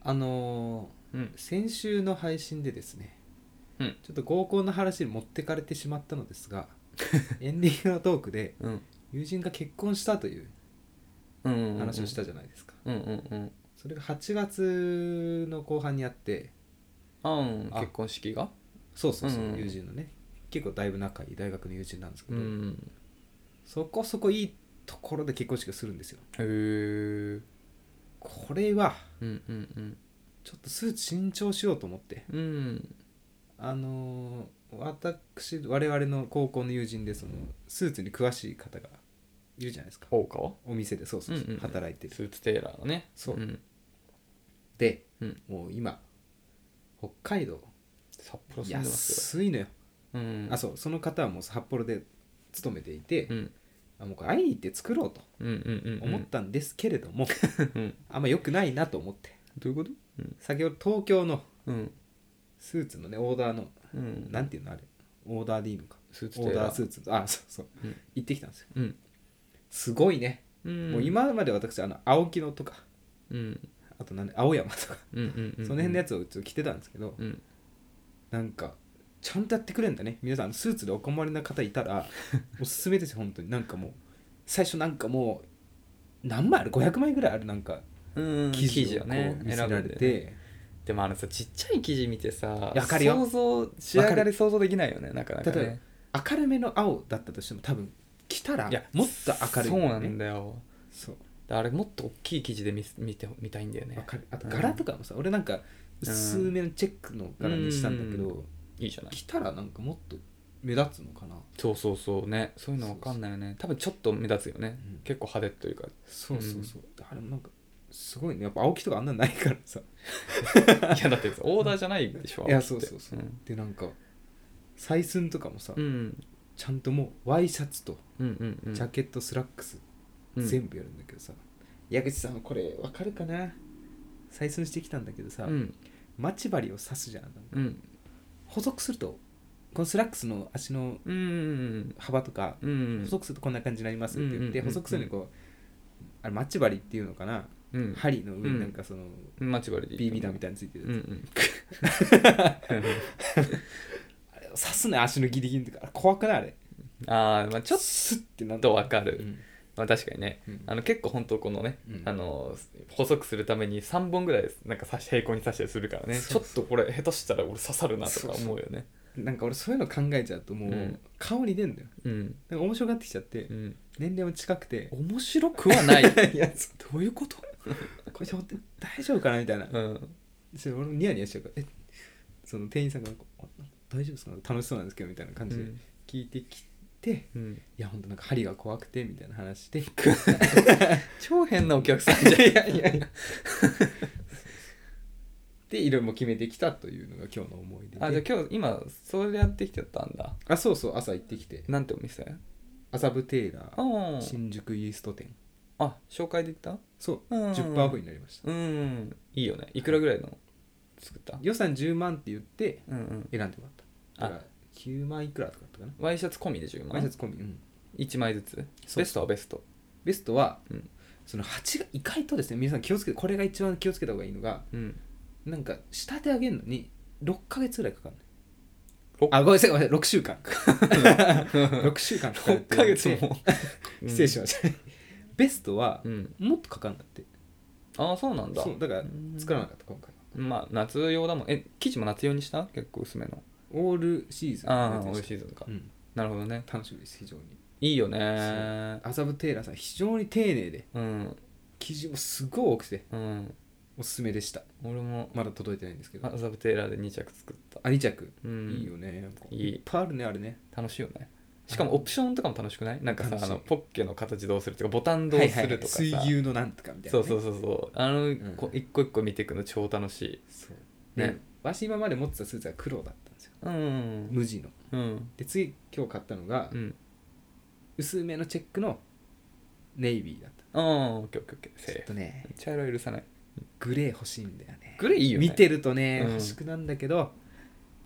あのうんー先週の配信でですね、うんちょっと合コンの話に持ってかれてしまったのです がエンディングのトークでうん友人が結婚したといううんうんうん話をしたじゃないですか、うんうんうんそれが8月の後半にあってあうんあ結婚式がそうそうそう、うんうん友人のね結構だいぶ仲いい大学の友人なんですけうど、んそこそこいいところで結婚式をするんですよへえうんこれはうんうんちょっとスーツ新調しようと思ってうんあのー私我々の高校の友人でそのスーツに詳しい方がいるじゃないですか大川お店でそうそうそううんうんうん働いてる、スーツテーラーのねそうんで、うんもう今北海道札幌住んでます安いのよ、ようんあそうその方はもう札幌で勤めていて、うんあもうこれ会いに行って作ろうとうんうんうんうん思ったんですけれども、うんあんま良くないなと思ってどういうことうん先ほど東京のうんスーツのねオーダーの、うんなんていうのあれオーダーでいいのかスーツオテーーダラースーーツあそうそう、うん行ってきたんですようんすごいね、うんもう今まで私あの青木野とかうんあと何青山とか、うんうんうんその辺のやつをちょっと着てたんですけど、うんなんかちゃんとやってくれるんだね皆さんスーツでお困りな方いた らおすすめですよ本当になんかもう最初なんかもう何枚ある500枚ぐらいあるなんかうん生生地地ををこねう見せ選らべれてて、ねでもあのさちっちゃい生地見てさわかるよ想像仕上がり想像できないよねなかなか例えばね明るめの青だったとしても多分着たらいやもっと明るいそんうだよねなんだよそうであれもっと大きい生地で見せ見て見たいんだよわねかるあと柄とかもさ、俺なんか薄めのチェックの柄にしたんだけど、ういいじゃない着たらなんかもっと目立つのかなそうそうそうねそういうのわかんないよね多分ちょっと目立つよね、うん結構派手というかそうそうそう、あれもなんかすごいねやっぱ青木とかあんなのないからさいやだってオーダーじゃないでしょいやあれってそうそうそう、んでなんか採寸とかもさ、うんちゃんともうワイシャツとうんうんうんジャケットスラックス、うん全部やるんだけどさ矢口さんこれわかるかな採寸してきたんだけどさ、うん待ち針を刺すじゃんなんかうん補足するとこのスラックスの足のうんうん幅とかうんうん補足するとこんな感じになりますって言ってうんうんうんう補ん足するのにこうあれマッチ針っていうのかな、うん針の上になんかその、待ち針で BB 弾みたたいについてるうんう やつ、んあれ刺すね足のギリギリとかあれ怖くないあれああまあちょっスッてなんとわかる、うんまあ、確かにね、うんあの結構本当このね、うんあの細くするために3本ぐらいなんか刺し平行に刺したりするからねそうちょっとこれ下手したら俺刺さるなとそうかそう思うよねなんか俺そういうの考えちゃうともう、うん顔に出んだようん、なんか面白がってきちゃって、うん、年齢も近くて面白くはない どいやういうこと、これちょっと大丈夫かなみたいな、うん、それ俺もニヤニヤしちゃうからえその店員さんがこうあ大丈夫ですか楽しそうなんですけどみたいな感じでうん聞いてきて、うん、いやほんとなんか針が怖くてみたいな話して い超変なお客さんじゃんやいやいや でいろいろもう決めてきたというのが今日の思い出で あじゃあ今日今それでやってきてたんだあそうそう朝行ってきてなんてお店麻布テイラーあ新宿イースト店あ紹介できたそううんうん10%オフになりましたうんいいよねいくらぐらいの作った予算10万って言ってうんうん選んでもらっただから9万いくらとかだったかなワイシャツ込みで10万ワイシャツ込み、うん、 1枚ずつそうベストはベストベストは、うんその8が意外とですね皆さん気をつけてこれが一番気をつけた方がいいのが うんなんか下で上げるのに6ヶ月ぐらいかかるろあごめんなさいごめんなさい6週間 6週間かかるっ6て言ヶわれて月も 失礼しました、ベストはう、んもっとかかるんだってああそうなんだそうだから作らなかかった今回はったまあ夏用だもんえ生地も夏用にした結構薄めのオールシーズンああオオーールルシシーーズンかズンうんなるほどね楽しみです非常にいいよね麻布テイラーさん非常に丁寧でうん生地もすごい多くてうんおすすめでした俺もまだ届いてないんですけどアザブテーラーで2着作ったあ2着、うんいいよねなんかいいっぱいあるねあれね楽しいよねしかもオプションとかも楽しくないなんかさ楽しいあのポッケの形どうするとかボタンどうするとかさ水牛のなんとかみたいなそね、うそうそうそうあのんこ一個一個見ていくの超楽しいそうねねわし今まで持ってたスーツは黒だったんですようん無地のうんで次今日買ったのが、うん薄めのチェックのネイビーだったああオッケーオッケーオッケーセちょっーとねフ茶色は許さないグレー欲しいんだよねグレーいいよね見てるとね、うん欲しくなんだけど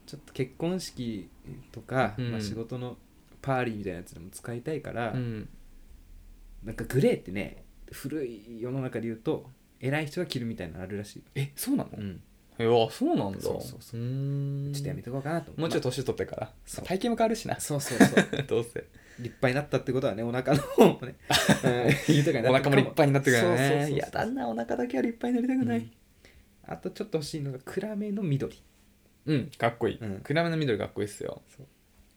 ちょっと結婚式とか、うんまあ、仕事のパーリーみたいなやつでも使いたいから、うんなんかグレーってね古い世の中で言うと偉い人が着るみたいなのあるらしい、えそうなの、ういん、やそうなんだそうそうそううーんちょっとやめてとこうかなと思ってもうちょっと年取ってからそう体型も変わるしまな あそうそうそうどうせ立派になったってことはねお腹の方も ね、うん豊かにおなって腹も立派になってくるからねそうそうそうそうやだなお腹だけは立派になりたくな、ないい、あとちょっと欲しいのが暗めの緑うん、かっこいい、うん暗めの緑かっこいいっすよ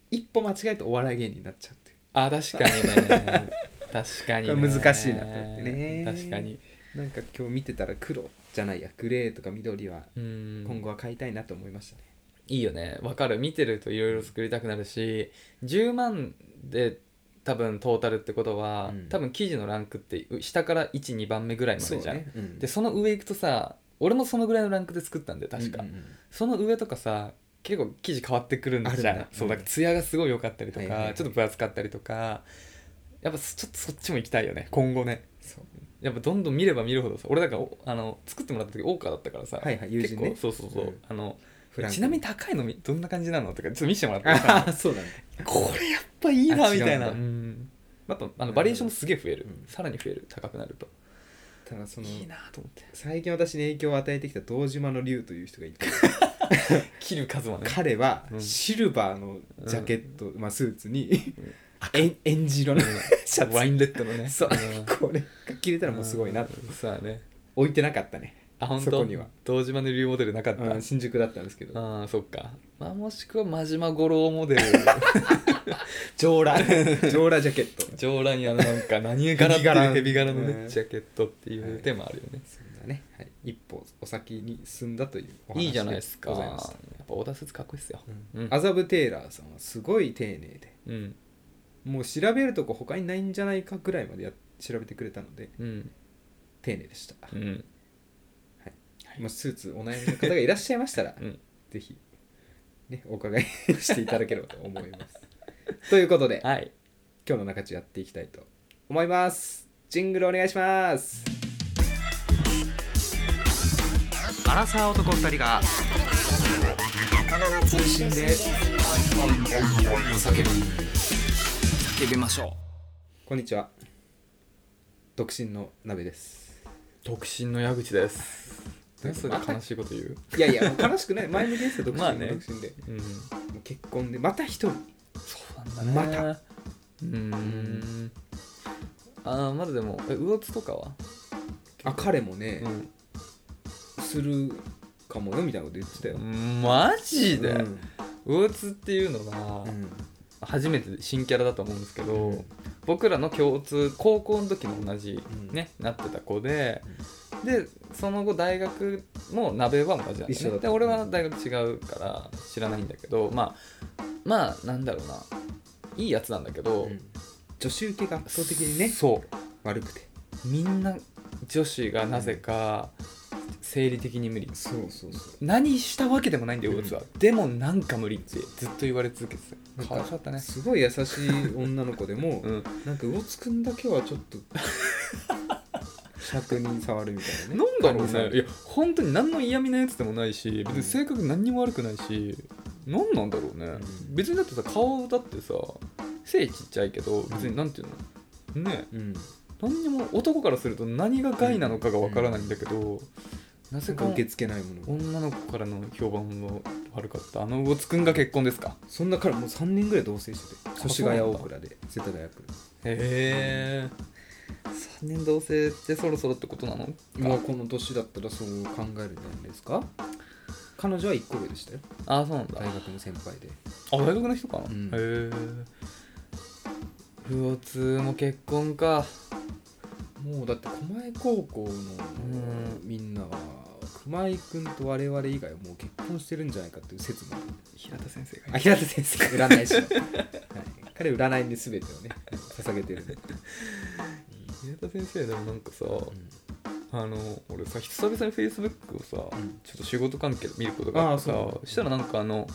一歩間違えるとお笑い芸人になっちゃうっていあ確かに ね確かにねこれ難しいなと思ってね確かにうなんか今日見てたら黒じゃないやグレーとか緑はうん今後は買いたいなと思いましたね、いいよねわかる見てるといろいろ作りたくなるし10万で多分トータルってことは、うん多分記事のランクってう下から12番目ぐらいまそうでじゃん、ね、うん、でその上行くとさ俺もそのぐらいのランクで作ったんだよ確か、うんうんうんその上とかさ結構生地変わってくるんあるんじだゃんうんそうだから艶がすごい良かったりとはか、いはいはいちょっと分厚かったりとかやっぱそちょっとそっちも行きたいよね今後ねそうやっぱどんどん見れば見るほどさ俺だからおあの作ってもらった時オーカーだったからさ、はいはい友結人構、ねそうそうそうう、んあのフランクちなみに高いのみどんな感じなのとかちょっと見せてもらってあさ あそうだねこれやっぱいいなあみたいな違うんだうんやっぱあのバリエーションもすげえ増える、うんさらに増える高くなるとただそのいいなと思って最近私に影響を与えてきた堂島の龍という人がいて桐生一馬ね彼はうんシルバーのジャケット、まあ、スーツにんえんえんじ色のシャツワインレッドのねそううんこれが着れたらもうすごいなうんそうだね置いてなかったね、あ本当そこには堂島の竜モデルなかった、うん、新宿だったんですけどああそっか、まあ、もしくは真島五郎モ デル上裸上裸ジャケット上裸にあのなんか何柄っていうヘヘビビ柄柄のうねんジャケットっていうはい手もあるよね、そんなね、はい、一歩お先に進んだというおい、い話じゃないですかございやましたっぱオーダースーツかっこいいっすよううんん、麻布テイラーさんはすごい丁寧でうんもう調べるとこ他にないんじゃないかぐらいまでや調べてくれたのでうん丁寧でした、うんもしスーツお悩みの方がいらっしゃいましたら、うん ぜひ、ね、お伺いしていただければと思い ますということではい今日の中中やっていきたいと思いますジングルお願いしますアラサー男2人が中心で叫ぶ叫びましょうこんにちは独身の鍋です独身の矢口ですどういうこそとれ悲しいこと言う、いやいやもう悲しくない前向きですよ独身,、まあね独身でうんもう結婚でまた一人そうなんだまねたうーんああまだでもえ魚津とかはあ彼もね、うんするかもよみたいなこと言ってたよ、マジうでん魚津っていうのは、うん初めて新キャラだと思うんですけど、うん僕らの共通高校の時の同じ、うんねなってた子で、でその後大学も鍋は同じなんで,、一緒だね、ったで俺は大学違うから知らないんだけどまあまあなんだろうないいやつなんだけど、女子受けが圧倒的にねそ悪くてうみんな女子がなぜか生理的に無理そうそうそう何したわけでもないんだよ、うつはでもなんか無理ってずっと言われ続けてなんかたかわいかったねすごい優しい女の子でも、うんなんか魚津くんだけはちょっと尺に触るみたいなねなんだろう感ねいじや本当に何の嫌味なやつでもないし別に性格何にも悪くないし何なんだろうね、うん別にだってさ顔だってさ背ちっちゃいけど別になんていうのねうん何にも男からすると何が害なのかがわからないんだけど、なぜなんかか受け付けないもの女の子からの評判も悪かったあの魚津くんが結婚ですかそんな彼もう3年ぐらい同棲しててあ越そうなん谷だ大倉で世田谷区へえ3年同棲ってそろそろってことなのもうこの年だったらそう考えるんじゃないですか彼女は1個上でしたよああそうなんだ大学の先輩であ大学の人かな、うんへえ魚津も結婚かもうだって狛江高校のんみんなは熊井君と我々以外はもう結婚してるんじゃないかっていう説もある平田先生があ平田先生占い師の、はい、彼占いに全てをね捧げてるんで、平田先生でもなんかさ、あの俺さ久々にフェイスブックをさ、んちょっと仕事関係で見ることがあってさあーそうしたらなんかあの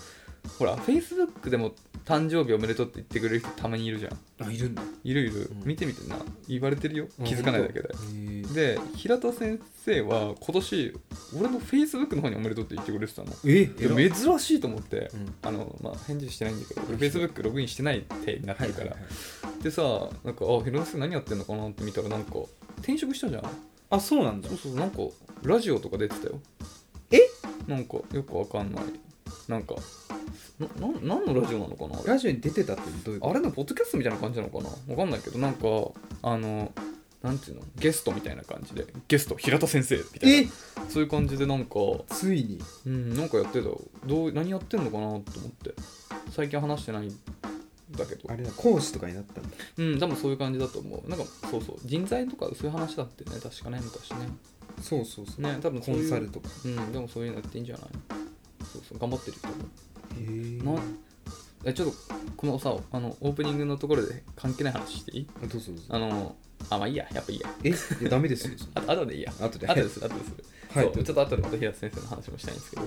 ほらフェイスブックでも誕生日おめでとうって言ってくれる人たまにいるじゃんあいるんだいるいる、うん見てみてな言われてるよ気づかないだけであ本当へで平田先生は今年俺のフェイスブックの方におめでとうって言ってくれてたのええいや偉い珍しいと思って、うんあのまあ、返事してないんだけど、うん Facebook ログインしてない手になってはいるはかいら、はいでさ、なんか、あ、ヒロさん何やってんのかなって見たら、なんか、転職したじゃん。あそうなんだそうそうなんかラジオとか出てたよえなんかよくわかんないなんかなな何のラジオなのかなあれラジオに出てたってどういうこあれのポッドキャストみたいな感じなのかなわかんないけどなんかあのなんていうのゲストみたいな感じでゲスト平田先生みとたいえなそういう感じでなんかついにうんなんかやってたよどう何やってんのかなと思って最近話してないんだけどあれだ講師とかになったんだうん多分そういう感じだと思うなんかそうそう人材とかそういう話だってね確かね昔ねそうそうそうね多分コそういンうサルとかうん、でもそういうのやっていいんじゃないそうそう、頑張ってると思へう。なーえちょっと、このさ、あの、オープニングのところで関係ない話していいあどうぞどうぞあの、あ、まあいいや、やっぱいいや。えいやダメですよあと後でいいや。後で後でする、後でする。はいそう、ちょっと後でまた平瀬先生の話もしたいんですけど。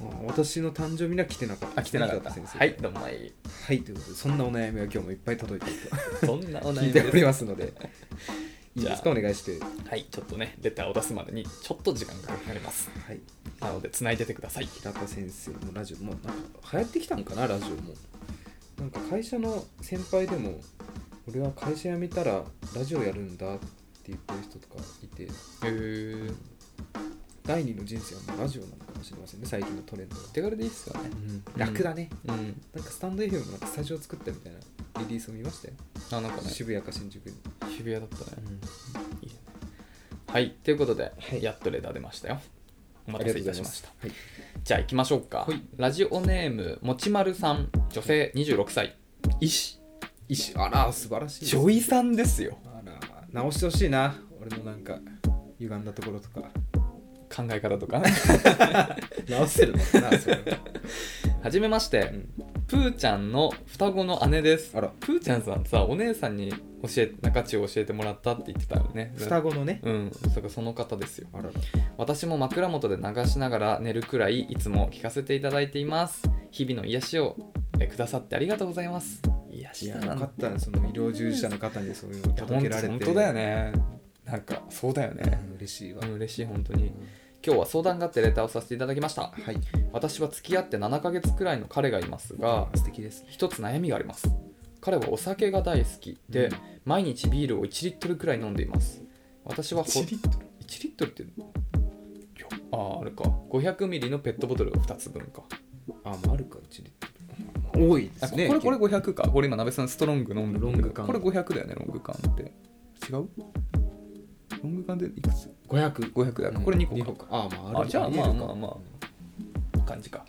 あ私の誕生日には来てなかったあ、来てなかった。先生はい、どうもはい。はいということでそんなお悩みは今日もいっぱい届いていてそんなお聞悩いみ ておりでますので いいですかお願いしてす。はい、ちょっとね、レターを出すまでにちょっと時間がかかります。はいなので、繋いでてください。平田先生のラジオもなんか流行ってきたんかなラジオもなんか会社の先輩でも俺は会社辞めたらラジオやるんだって言ってる人とかいてへー。第二の人生はもうラジオなのかもしれませんね最近のトレンドは、手軽でいいっすよね。楽だねうん。なんかスタンド FM のなんかスタジオ作ったみたいなリリースを見ましたよ、あ、なんかね、渋谷か新宿に、渋谷だったね。いいよねはい、ということで、はいやっとレター出ましたよ。おあ待りたがとうござせいたしいままし。したたはいじゃあ行きましょうか。はいラジオネーム、もちまるさん、女性26歳、医師、医師あら素晴らしいです女医さんですよ。あら直してほしいな俺のなんか歪んだところとか考え方とか。 直せるのかなそれは、はじめましうて、ん、プーちゃんの双子の姉です。あらプーちゃんさんさ、お姉さんに教え、中地を教えてもらったって言ってたよね。双子のねうん、それからその方ですよ。あらら私も枕元で流しながら寝るくらいいつも聞かせていただいています日々の癒しをえくださってありがとうございます癒いしやだよなかんったねその医療従事者の方にそういうのて届けられて本当だよねなんかそうだよねうん嬉しいわ、うん嬉しい本当に今日は相談があってレターをさせていただきましたはい私は付き合って7ヶ月くらいの彼がいますがあ素敵ですね一つ悩みがあります彼はお酒が大好きで、うん毎日ビールを1リットルくらい飲んでいます私はほ1リットル1リットルっていやあーあれか500ミリのペットボトルが2つ分かあまああるか1リットル多いであすねこれこれ500かこれ今鍋さんストロング飲んでるロング缶これ500だよねロング缶って違うロング缶でいくつ500 500だよねこれ2個か、あまあああるじゃあまあまあまあ感じか、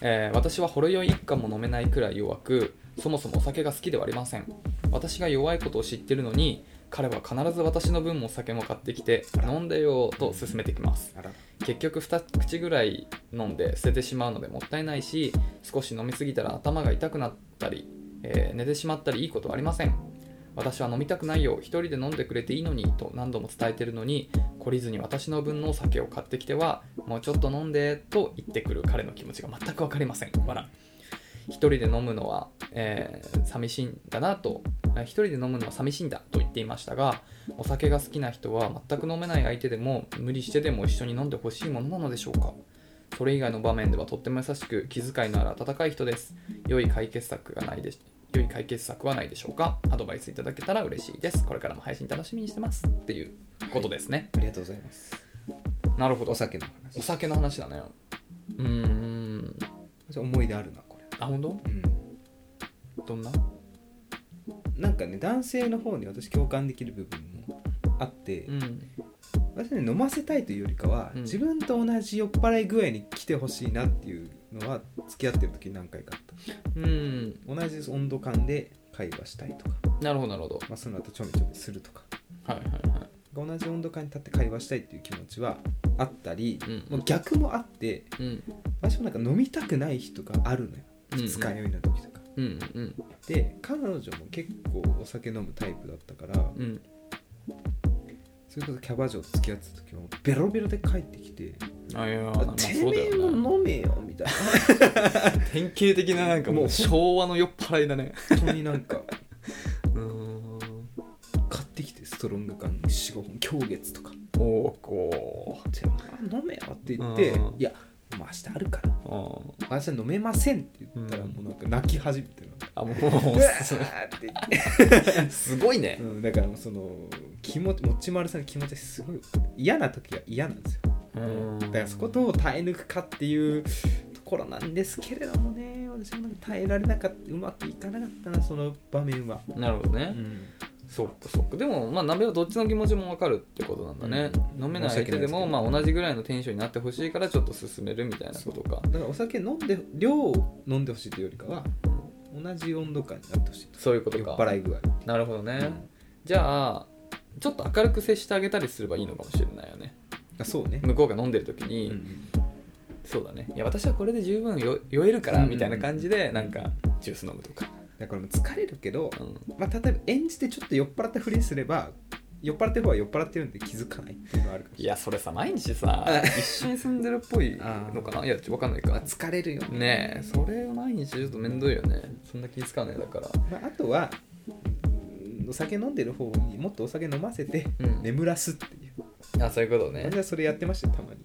えー私はほろ酔い一貫も飲めないくらい弱くそもそもお酒が好きではありません私が弱いことを知ってるのに彼は必ず私の分もお酒も買ってきて飲んでよと勧めてきますあら結局2口ぐらい飲んで捨ててしまうのでもったいないし少し飲みすぎたら頭が痛くなったり、えー寝てしまったりいいことはありません私は飲みたくないよ一人で飲んでくれていいのにと何度も伝えてるのに懲りずに私の分のお酒を買ってきてはもうちょっと飲んでと言ってくる彼の気持ちが全く分かりません笑一人で飲むのは、えー寂しいんだなとあ一人で飲むのは寂しいんだと言っていましたがお酒が好きな人は全く飲めない相手でも無理してでも一緒に飲んでほしいものなのでしょうかそれ以外の場面ではとっても優しく気遣いのある温かい人です良い解決策がないでし良い解決策はないでしょうかアドバイスいただけたら嬉しいですこれからも配信楽しみにしてますっていうことですね、ありがとうございますなるほどお酒の話お酒の話だねうーん思い出あるなこれあ本当うんどんななんかね男性の方に私共感できる部分もあって、うん私ね飲ませたいというよりかは、うん自分と同じ酔っ払い具合に来てほしいなっていうのは付き合ってる時に何回かあっうんた同じ温度感で会話したいとか、なるほどなるほどまあ、その後ちょめちょめするとかはいはいはい同じ温度感に立って会話したいっていう気持ちはあったり、うんもう逆もあってうん私もなんか飲みたくない人があるのようん二日酔いの時とか、うんうんで彼女も結構お酒飲むタイプだったから、うんそれこそキャバ嬢と付き合ってた時はもうベロベロで帰ってきてあいや「まあてそうだめえよねも飲めよ」み たいな典型的ななんかももうう昭和の酔っ払いだね本当になんかうーん買ってきてストロング缶45本狂月とかおおこ「てめえ飲めよ」って言ってうん「いやもう明日あるからうあ明日飲めません」って言ったらうんもうなんか泣き始めてるあもうわうーって言ってすごいねうんだからもうその気持ち持ち丸さんの気持ちすごい嫌な時は嫌なんですようんだからそこどう耐え抜くかっていうところなんですけれどもね私もなんか耐えられなかったうまくいかなかったなその場面は、なるほどね、うんそっかそっかでもまあ鍋はどっちの気持ちも分かるってことなんだね、うん飲めない相手申し訳ないでですけもどまあ同じぐらいのテンションになってほしいからちょっと進めるみたいなことかだからお酒飲んで量を飲んでほしいというよりかは同じ温度感になってほしいそういうこと酔っか払い具合なるほどね、うんじゃあちょっと明るく接してあげたりすればいいのかもしれないよねあそうね、向こうが飲んでる時に、うんそうだねいや私はこれで十分酔酔えるからうんみたいな感じでなんかジュース飲むとか、だからもう疲れるけど、うん、まあ、例えば演じてちょっと酔っ払ったふりすれば酔っ払ってる方は酔っ払ってるんで気づかないっていうのはあるかもしいれないやそれさ毎 日さあ一緒に住んでるっぽいのかないや分かんないかまあ疲れるよねねえそれ毎日ちょっとめんどいよねそんな気使うねだからまあ、あとはうんお酒飲んでる方にもっとお酒飲ませてうん眠らすっていう、あそういうことね私はそれやってましたよたまに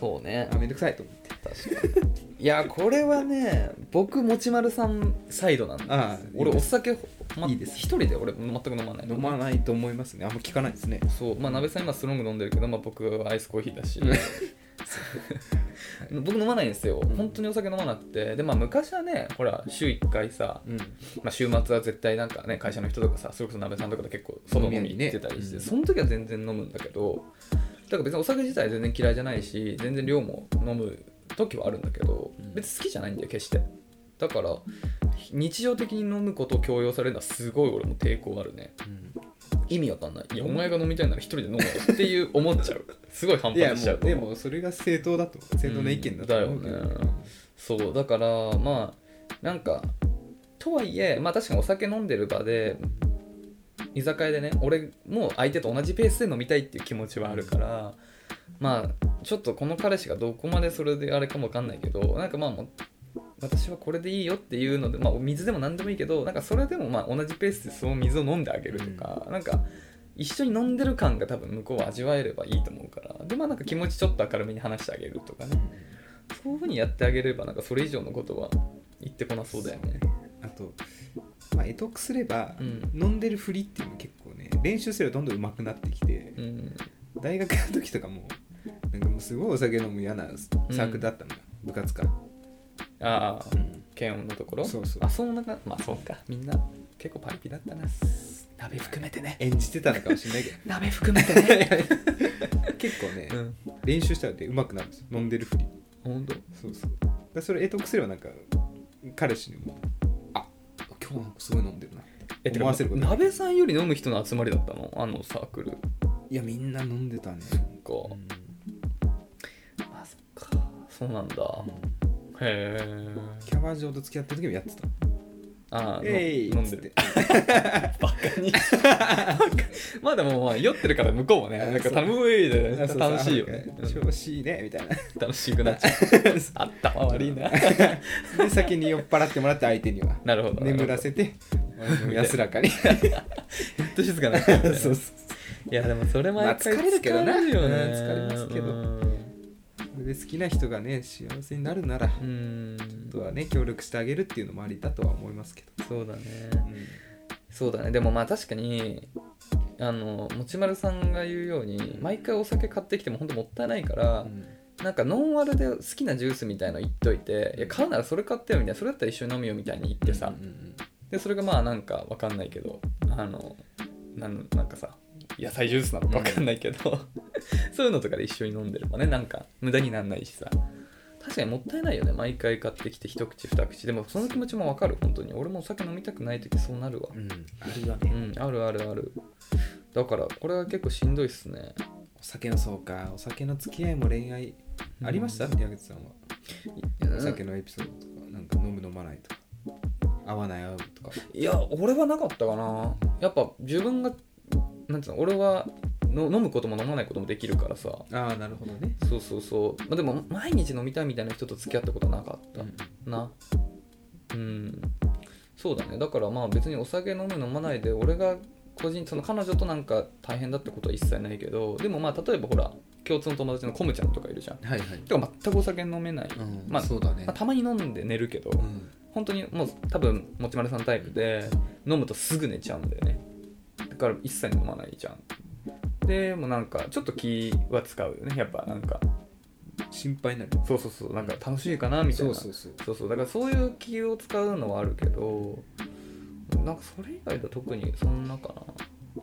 そうねあめんどくさいと思って確かにいやこれはね僕もちまるさんサイドなんですああ俺いいおです酒、ま、いいです一人で俺全く飲まない飲まないと思いますねあんま聞かないですねそうまあ鍋さん今スロング飲んでるけど、まあ、僕はアイスコーヒーだしそう 僕飲まないんですよ本当にお酒飲まなくてでまあ昔はねほら週1回さ、うんまあ、週末は絶対なんかね会社の人とかさそれこそ鍋さんとかで結構外飲みに行ってた飲みりして、屋にねうんその時は全然飲むんだけどだから別にお酒自体全然嫌いじゃないし全然量も飲む時はあるんだけどうん別に好きじゃないんだよ決してだから日常的に飲むことを強要されるのはすごい俺も抵抗あるね意味わかんないいやお前が飲みたいなら一人で 飲むっていう思っちゃうすごい反いや発しちもゃううでもそれが正当だと正当な意見だと思うけど、うんだよねそうだからまあなんかとはいえまあ確かにお酒飲んでる場で居酒屋でね俺も相手と同じペースで飲みたいっていう気持ちはあるからまあちょっとこの彼氏がどこまでそれであれかもわかんないけどなんかまあもう私はこれでいいよっていうので、まあ、お水でも何でもいいけどなんかそれでもまあ同じペースでその水を飲んであげるとか、なんか一緒に飲んでる感が多分向こうは味わえればいいと思うからでまあなんか気持ちちょっと明るめに話してあげるとかねそういうふうにやってあげればなんかそれ以上のことは言ってこなそうだよねあと、まあ、会得すれば、うん飲んでるふりっていうのも結構ね練習すればどんどん上手くなってきてう、ん大学の時とかもなんかもうすごいお酒飲む嫌なサークルだったんだ、部活から、ああうん検温のところそうそうあそうなんかまあそうかみんな結構パリピだったな鍋含めてね演じてたのかもしれないけど 鍋含めてね結構ね、 うん練習したらでうまくなるんですよ飲んでるふり本当そうそうだからそれ得得すればなんか彼氏にもあ今日なんかすごい飲んでるなえて思かわせること鍋さんより飲む人の集まりだったのあのサークルか、いやみんな飲んでたねうんあそっかそうなんだへえキャバ嬢と付き合ってる時もやってたああ、えい飲んでるバカにまあでもまあ酔ってるから向こうもねなんか頼む上であそうそう楽しいよねあなんか調子いいねみたいなうん楽しくなっちゃう あった悪いなで先に酔っ払ってもらって相手にはなるほど眠らせて安らかにやっと静かになっちゃうみ たいなそうそういやでもそれもまあ疲れるけどな疲れるうよねん疲れますけどうんそれで好きな人がね幸せになるならうあんとはね協力してあげるっていうのもありだとは思いますけど、そうだねうんそうだねでもまあ確かにあのもちまるさんが言うように毎回お酒買ってきても本当もったいないから、なんかノンアルで好きなジュースみたいの言っといて「いや買うならそれ買ってよ」みたいな「それだったら一緒に飲むよ」みたいに言ってさ、うんうんでそれがまあなんかわかんないけどあのなんなんかさ野菜ジュースなのかわかんないけど、 そういうのとかで一緒に飲んでればねなんか無駄になんないしさ確かにもったいないよね毎回買ってきて一口二口でもその気持ちもわかる本当に俺もお酒飲みたくない時そうなるわうんうん、あるようねんあるあるあるだからこれは結構しんどいっすねお酒のそうかお酒の付き合いも恋愛ありました宮口さんはお酒のエピソードとかなんか飲む飲まないとか合わない合うとかいや俺はなかったかなやっぱ自分がなんていうの俺はの飲むことも飲まないこともできるからさああなるほどねそうそうそう、まあ、でも毎日飲みたいみたいな人と付き合ったことはなかったなうんそうだねだからまあ別にお酒飲む飲まないで俺が個人その彼女となんか大変だってことは一切ないけどでもまあ例えばほら共通の友達のコムちゃんとかいるじゃんはいはい、だから全くお酒飲めない、うんまあそうだねまあたまに飲んで寝るけど、うん本当にもう多分持丸さんタイプで飲むとすぐ寝ちゃうんだよねだから一切飲まないじゃんでもなんかちょっと気は使うよねやっぱなんか心配になるそうそうそうなんか楽しいかなみたいなそうそうそうそうだからそういう気を使うのはあるけどなんかそれ以外だと特にそんなかな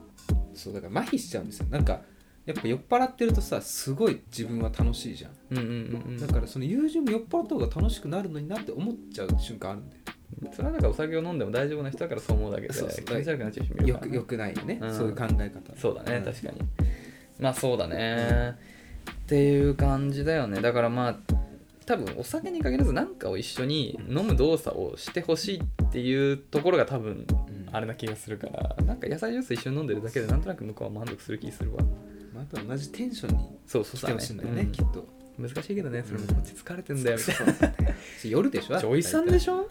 そうだから麻痺しちゃうんですよなんかやっぱ酔っ払ってるとさすごい自分は楽しいじゃん、うんうんうんうだんからその友人も酔っ払った方が楽しくなるのになって思っちゃう瞬間あるんだよそれはだからお酒を飲んでも大丈夫な人だからそう思うだけでそうそう気持ち悪くなっちゃう人もいるよからくねよくないよね、うんそういう考え方そうだね、ん確かにまあそうだね、っていう感じだよねだからまあ多分お酒に限らず何かを一緒に飲む動作をしてほしいっていうところが多分うんあれな気がするからなんか野菜ジュース一緒に飲んでるだけでなんとなく向こうは満足する気するわまあ、あとは同じテンションにそうそう来てそうだほねしいんだよね、きっとうん難しいけどねそれもうんこっち疲れてんだよみたいそうそうそう 夜でしょな女医さんでょ、しょうん、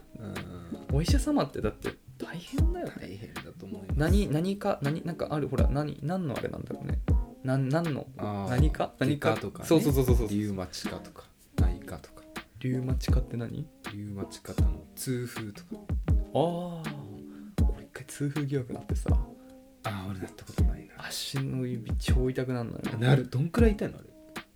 お医者様ってだって大変だよね大変だと思うよ何何か何なんかあるほら何何のあれなんだろうねなん何のあー何か何何かかとか、ね、そうそうそうそうそうリウマチカとか内科とかリウマチ科って何リウマチカとの痛風とかああ俺一回痛風疑惑なってさああ俺なったことないな足の指超痛くなるのよなるどんくらい痛いのあれ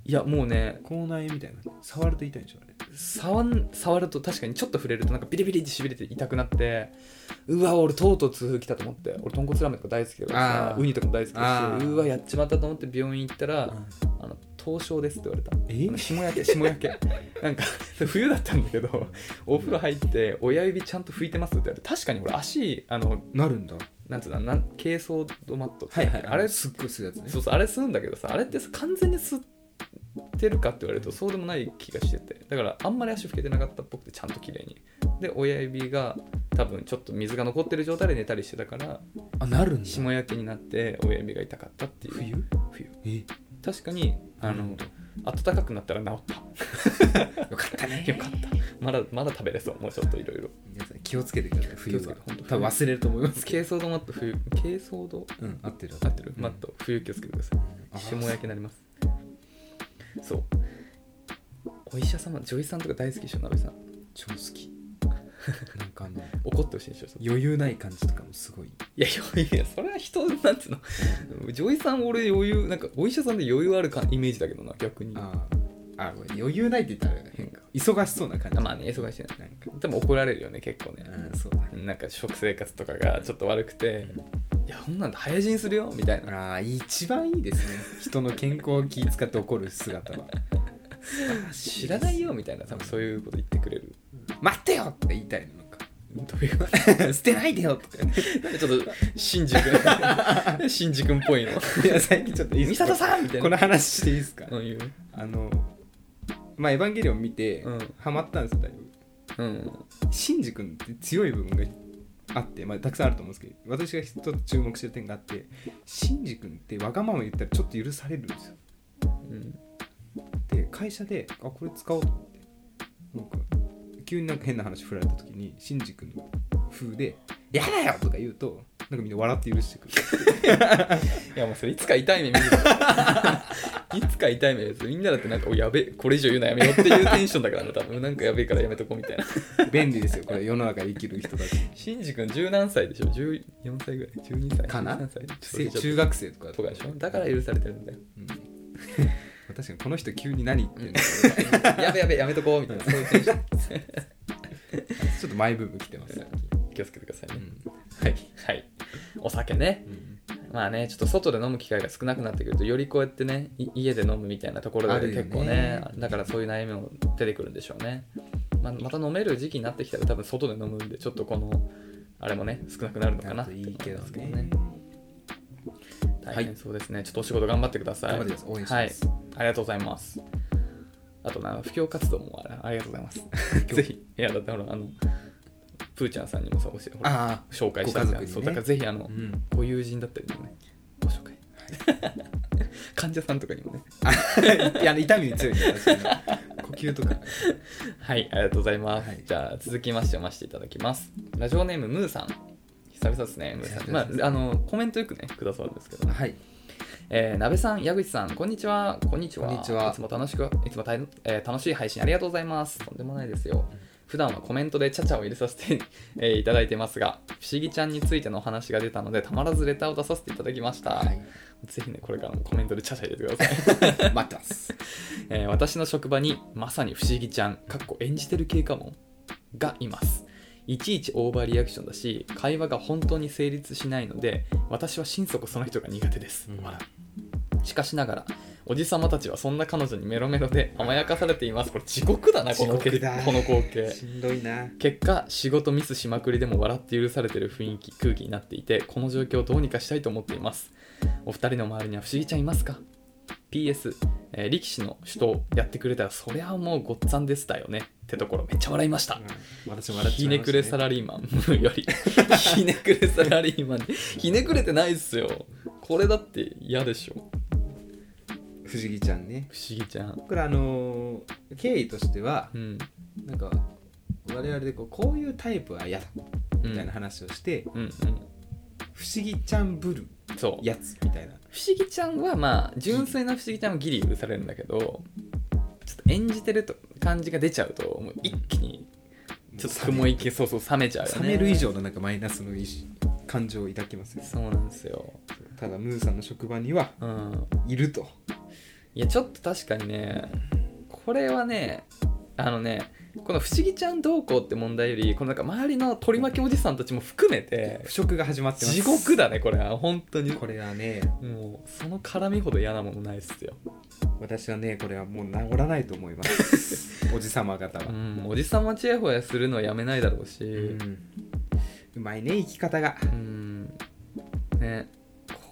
いやもうね口内炎みたいな触ると痛いんでしょあれ触ん触ると確かにちょっと触れるとなんかビリビリってしびれて痛くなってうわ俺とうとう痛風来たと思って俺豚骨ラーメンとか大好きだからさあーウニとかも大好きあだしーうわやっちまったと思って病院行ったら「あの凍傷です」って言われたえあの霜焼け霜焼けなんか 冬だったんだけどお風呂入って親指ちゃんと拭いてますって言われて確かに俺足あのなるんだなんつうのなん珪藻土マットってああれれすそっごいするやつねうそうあれ吸うんだけどさあれってさ完全に吸ってるかって言われるとそうでもない気がしててだからあんまり足拭けてなかったっぽくてちゃんと綺麗にで親指が多分ちょっと水が残ってる状態で寝たりしてたからあなるんだ霜焼けになって親指が痛かったっていう冬冬え確かにあなるのほど暖かくなったら治ったよかったねよかった。まだまだ食べれそう。もうちょっといろいろ。皆さん気をつけてください冬気をはつけて本当多分忘れると思います軽装度マット冬。軽装度うん合ってる合ってる、うんマット冬気をつけてくださあい。霜焼けになります。そう。お医者様、女医さんとか大好きでしょ、鍋さん。超好き なんかあの怒ってほしいでしょ。それ余裕ない感じとかもすごいいや、余裕、それは人、なんていうの。女医さん、俺余裕、なんかお医者さんで余裕あるかイメージだけどな、逆に。あーあごめん余裕ないって言ったらあれだね変か忙しそうな感じあまあね、忙しいな。なんかでも怒られるよね、結構ね。うんそうだねなんか食生活とかがちょっと悪くて、いや、こんなんで早死にするよ、みたいな。ああ一番いいです ね人の健康を気遣って怒る姿は知らないよみたいな多分そういうこと言ってくれる待ってよって言いたいのか どういうこと 捨てないでよとかねちょっと新宿 君新宿君っぽいのいや最近ちょっといいっ美すか里さんみたいなこの話していいですか、うん言うあのまあ「エヴァンゲリオン」見て、うんハマったんですよだいぶうんシンジ君って強い部分があって、まあ、たくさんあると思うんですけど私が一つ注目してる点があってシンジ君ってわがまま言ったらちょっと許されるんですようんで会社であこれ使おうと思ってなんか急になんか変な話振られた時にシンジ君の風で「やだよ!」とか言うとなんかみんな笑って許してくれるいやもうそれいつか痛い目見る いつか痛い目ですみんなだってなんかおやべえこれ以上言うのやめようっていうテンションだからね多分なんかやべえからやめとこうみたいな便利ですよこれ世の中で生きる人た ち新宿君十何歳でしょ14歳ぐらい12歳かな13歳せちょっと忘れちゃ中っ学生とかたとかでしょだから許されてるんだよ うん確かにこの人急に何言ってんの やべやべやめとこうみたいなそういうテンションちょっとマイブーム来てます、気をつけてくださいね、うんはい、はい、お酒ねまあねちょっと外で飲む機会が少なくなってくるとよりこうやってねい家で飲むみたいなところあでるよ結ね構ねだからそういう悩みも出てくるんでしょうね、まあ、また飲める時期になってきたら多分外で飲むんでちょっとこのあれもね少なくなるのかななんっとてい思いけどますけどね大変そうですね、ちょっとお仕事頑張ってください頑張ってください応援しますはい、ありがとうございますあとな布教活動もあれありがとうございます ぜひいやだってほらあのプーちゃんさんにもさ教えほらあ紹介したりご家さ族にねそうだからぜひああうの、んご友人だったりのねご紹 介患者さんとかにもね いや痛みに強いから私ね呼吸とかはいありがとうございます、はいじゃあ続きまして読ませていただきますラジオネームムーさん久々ですねムーさん、ま久々ですあ、あのコメントよくねくださるんですけど、ねはいえー、鍋さん矢口さんこんにちはこんにちはこんにちはいつも楽しくいつもたい、えー楽しい配信ありがとうございますとんでもないですよ普段はコメントでチャチャを入れさせて、 えーいただいてますが不思議ちゃんについてのお話が出たのでたまらずレターを出させていただきました、ぜひねこれからもコメントでチャチャ入れてくだ さい待ってます。えー私の職場にまさに不思議ちゃんかっこ演じてる系かもがいますいちいちオーバーリアクションだし会話が本当に成立しないので私は心底その人が苦手です、うん笑うしかしながらおじさまたちはそんな彼女にメロメロで甘やかされていますこれ地獄だなこの地獄だこの光景しんどいな。結果仕事ミスしまくりでも笑って許されてる雰囲気空気になっていてこの状況をどうにかしたいと思っていますお二人の周りには不思議ちゃんいますか PS、えー力士の首都やってくれたらそりゃもうごっつぁんですだよねってところめっちゃ笑いましたうん私も笑っちひゃいねまくれしサたねラリーマンより ひねくれサラリーマンひねくれてないっすよこれだって嫌でしょ不思議ちゃんね。不思議ちゃんこれあのー経緯としてはう、んなんか我々でこうこういうタイプは嫌だうんみたいな話をして、うんうん不思議ちゃんぶるそうやつみたいな。不思議ちゃんはまあ純粋な不思議ちゃんはギリ許されるんだけどちょっと演じてると感じが出ちゃうともう一気にちょっと雲行きそうそう冷めちゃうよね冷める以上のなんかマイナスの意思感情を抱きますよそうなんですよただムーさんの職場にはうんいるといやちょっと確かにねこれはねあのねこの不思議ちゃんどうこうって問題よりこのなんか周りの取り巻きおじさんたちも含めて腐食が始まってます地獄だねこれは本当にこれはねもうその絡みほど嫌なものないっすよ私はねこれはもう治らないと思いますおじさま方は、ううんんおじさまちやほやするのやめないだろうし、うまいね生き方がうーんね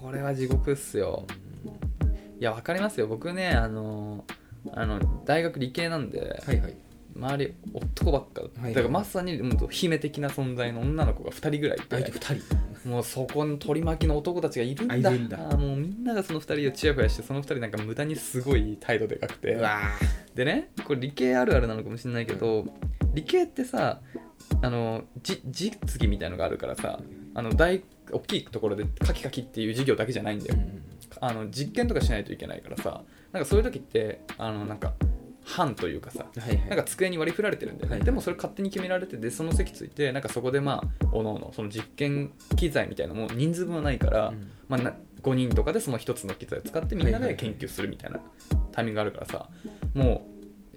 これは地獄っすよいやわかりますよ僕ねあのあの大学理系なんではいはい周り男ばっかはいだからまさにもう姫的な存在の女の子が2人ぐらいい相手て2人もうそこに取り巻きの男たちがいるんだあいるんだあーもうみんながその2人をチヤホヤしてその2人なんか無駄にすごい態度でかくてうわでねこれ理系あるあるなのかもしれないけど、理系ってさあのじ実技みたいのがあるからさあの大大きいところでカキカキっていう授業だけじゃないんだーよあの実験とかしないといけないからさなんかそういう時ってあのなんか班というかさはいはいなんか机に割り振られてるんだよね、はいでもそれ勝手に決められててその席ついてなんかそこでまあおのおのその実験機材みたいなのも人数分はないから、うんまあ、な5人とかでその1つの機材を使ってみんはないはでい研究するみたいなタイミングがあるからさも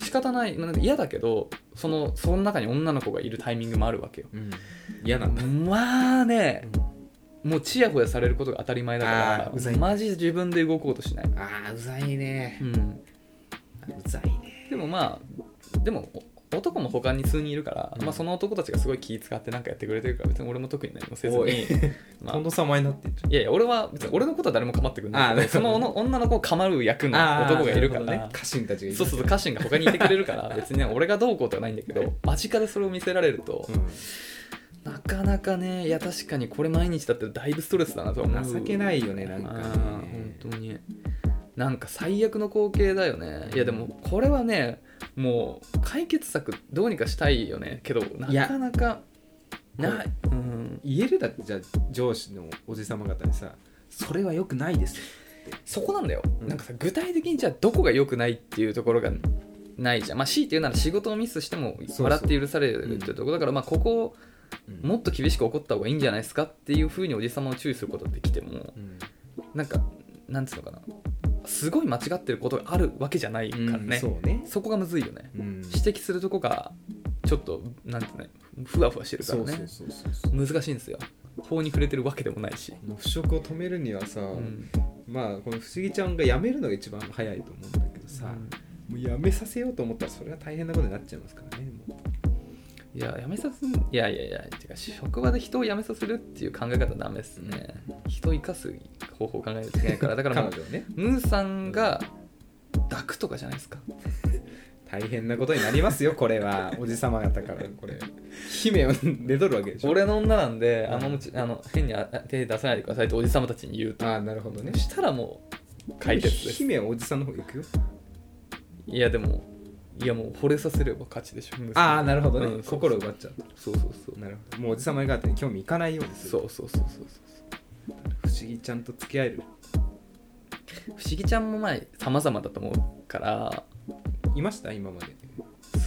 う仕方ないなんか嫌だけどそのその中に女の子がいるタイミングもあるわけようん嫌なんだ、まあねもうチヤホヤされることが当たり前だあかーうざらいマジ自分で動こうとしない、あーうざいねうん、うざいねでもまあでもお男も他に数人いるから、うんまあ、その男たちがすごい気使ってなんかやってくれてるから別に俺も特に何もせずおにい、まあ近、藤さん前になってんじいやいや俺は別に俺のことは誰も構ってくれないけどあーその女女の子を構う役ゃんのあー男がいるからなほどね家臣たちがいるそうそうそう家臣が他にいてくれるから別にね俺がどうこうとはないんだけど間近でそれを見せられると、なかなかねいや確かにこれ毎日だったらだいぶストレスだなとはう思んう情けないよねなんかあねー本当になんか最悪の光景だよねいやでもこれはねもう解決策どうにかしたいよねけどないやかなかれないうん言えるだってじゃあ上司のおじ様方にさそれはよくないですそこなんだよ、うんなんかさ具体的にじゃあどこが良くないっていうところがないじゃんまあ C っていうなら仕事をミスしてもそう笑って許されるっていうところだからまあここをもっと厳しく怒った方がいいんじゃないですかっていうふうにおじさまを注意することってきてもうんなんかなんつうのかなすごい間違ってることがあるわけじゃないからね、うんそうねそこがむずいよねうん指摘するとこがちょっとなんていうのふわふわしてるからそねうそうそうそうそう難しいんですよ法に触れてるわけでもないし、この腐食を止めるにはさ、うんまあこの不思議ちゃんがやめるのが一番早いと思うんだけどさ、もうやめさせようと思ったらそれは大変なことになっちゃいますからねもいややめさせいやいやいやてか職場で人を辞めさせるっていう考え方ダメですね人を生かす方法を考えないといけないからだうからもう彼女をねムーさんが抱くとかじゃないですか大変なことになりますよこれはおじ様方からこれ姫を寝取るわけでしょ俺の女なんでうんあんまもちあの変にあ手出さないでくださいっておじさまたちに言うとああなるほどねしたらもう解決です姫はおじさんの方行くよいやでもいやもう惚れさせれば勝ちでしょムーさんああなるほどね、うんそう心を奪っちゃうそうそうそうなるほどもうおじさま方に興味いかないようですそうそうそうそう不思議ちゃんと付き合える不思議ちゃんも前様々だと思うからいました今まで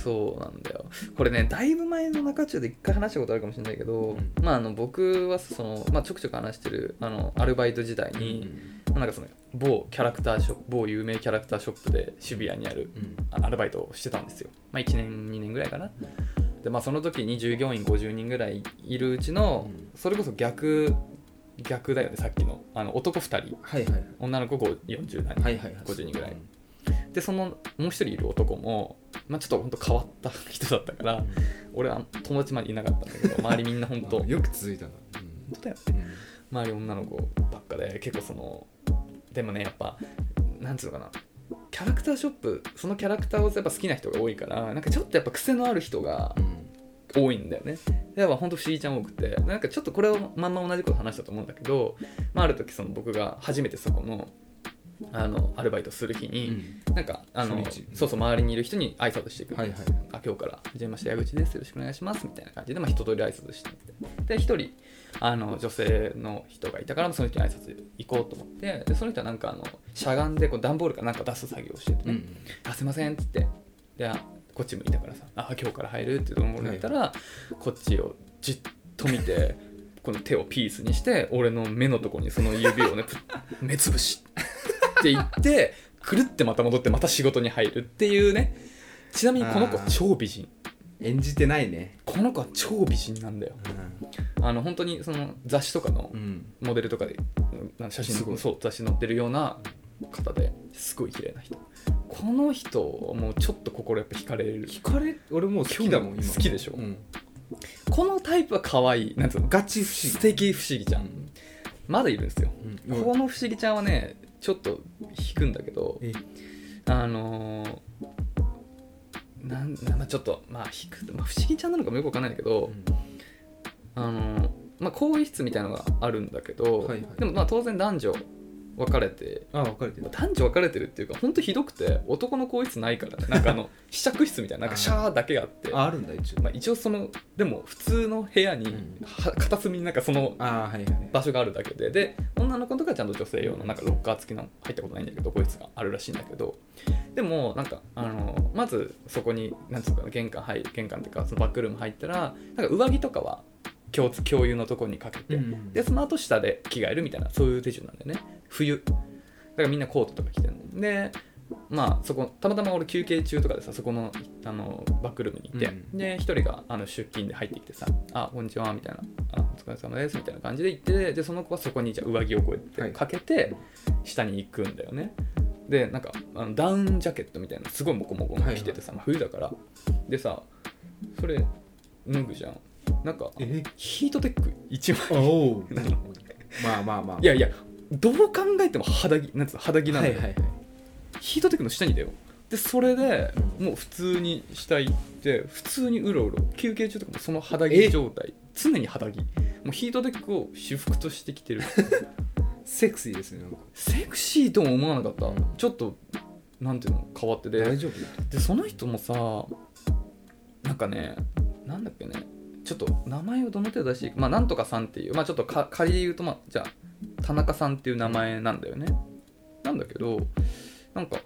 そうなんだよこれねだいぶ前の中中で一回話したことあるかもしれないけど、うんまああの僕はその、まあ、ちょくちょく話してるあのアルバイト時代に、なんかその某キャラクターショップ某有名キャラクターショップで渋谷にあるうんあアルバイトをしてたんですよ、まあ、1年2年ぐらいかなでまあその時に従業員50人ぐらいいるうちうのんそれこそ逆逆だよねさっきのあの男2人はいはい女の子40代、はいはいはい50人ぐらいでそのもう一人いる男も、まあ、ちょっと本当変わった人だったから俺は友達までいなかったんだ けど周りみんな本当あ本よく続いたな当だようん周り女の子ばっかで結構そのでもねやっぱなんつうのかなキャラクターショップそのキャラクターをやっぱ好きな人が多いからなんかちょっとやっぱ癖のある人がうん多いんだよねやっぱほんと不思議ちゃん多くてなんかちょっとこれをまんま同じこと話したと思うんだけど、まあ、ある時その僕が初めてそこのあのアルバイトする日うに、んなんかあの初日そうそう周りにいる人に挨拶していく、はいはいあ今日からはじめまして矢口ですよろしくお願いしますみたいな感じで、まあ、一通り挨拶してみてで一人あの女性の人がいたからその人に挨拶行こうと思ってでその人はなんかあのしゃがんでこう段ボールかなんか出す作業をしてて、ねうんあすいませんっつってであこっち向いたからさあ今日から入るって思うんだったら、こっちをじっと見て この手をピースにして俺の目のとこにその指をねプッ 目つぶしって言ってくるってまた戻ってまた仕事に入るっていうねちなみにこの子あー超美人演じてないねこの子は超美人なんだよあの本当にその雑誌とかのうんモデルとかでうん写すご真いそう雑誌載ってるような方ですごい綺麗な人この人もうちょっと心やっぱ惹かれる惹かれ俺もう好きだもん興味今好きでしょうんこのタイプは可愛いなんつうのガチ不思素敵不思議ちゃん、まだいるんですよ、議うんこの不思議ちゃんはねちょっと引くんだけどえあのーなんなんまあちょっとまあ引く、まあ、不思議ちゃんなのかもよくわかんないんだけど、あのーまあ更衣室みたいなのがあるんだけど、はいはいでもまあ当然男女分かれてあ分かれてる男女分かれてるっていうかほんとひどくて男の更衣室ないからねなんか あの試着室みたいななんかシャーだけがあってああるんだ一応まあ、一応そのでも普通の部屋に、うんは片隅になんかそのあはいはい場所があるだけでで女の子とかはちゃんと女性用のなんかロッカー付きの入ったことないんだけどこいつがあるらしいんだけどでもなんかあのまずそこになんつうのかな玄関入玄関っていうかそのバックルーム入ったらなんか上着とかは共通共有のとこにかけて、うんでその後下で着替えるみたいなそういう手順なんだよね冬だからみんなコートとか着てるのでまあそこたまたま俺休憩中とかでさそこのあのバックルームに行って、うんで一人があの出勤で入ってきてさ「あこんにちは」みたいな「あお疲れ様です」みたいな感じで行ってでその子はそこにじゃあ上着をこうやってはいかけて下に行くんだよねでなんかあのダウンジャケットみたいなすごいモコモコの着ててさ、まあ冬だからでさそれ脱ぐじゃんなんかえヒートテック1枚あおうまあまあまあいやいやどう考えても肌着なんつうの肌着なんはだいよ、はいはいヒートテックの下にだよでそれでもう普通に下行って普通にうろうろ休憩中とかもその肌着え状態常に肌着もうヒートテックを私服として着てるセクシーですねなんかセクシーとも思わなかったちょっとなんていうの変わってて大丈夫でその人もさなんかねなんだっけねちょっと名前をどの程度出していいかまあなんとかさんっていうまあちょっとか仮で言うとまあじゃあ田中さんっていう名前なんだよねなんだけどなんか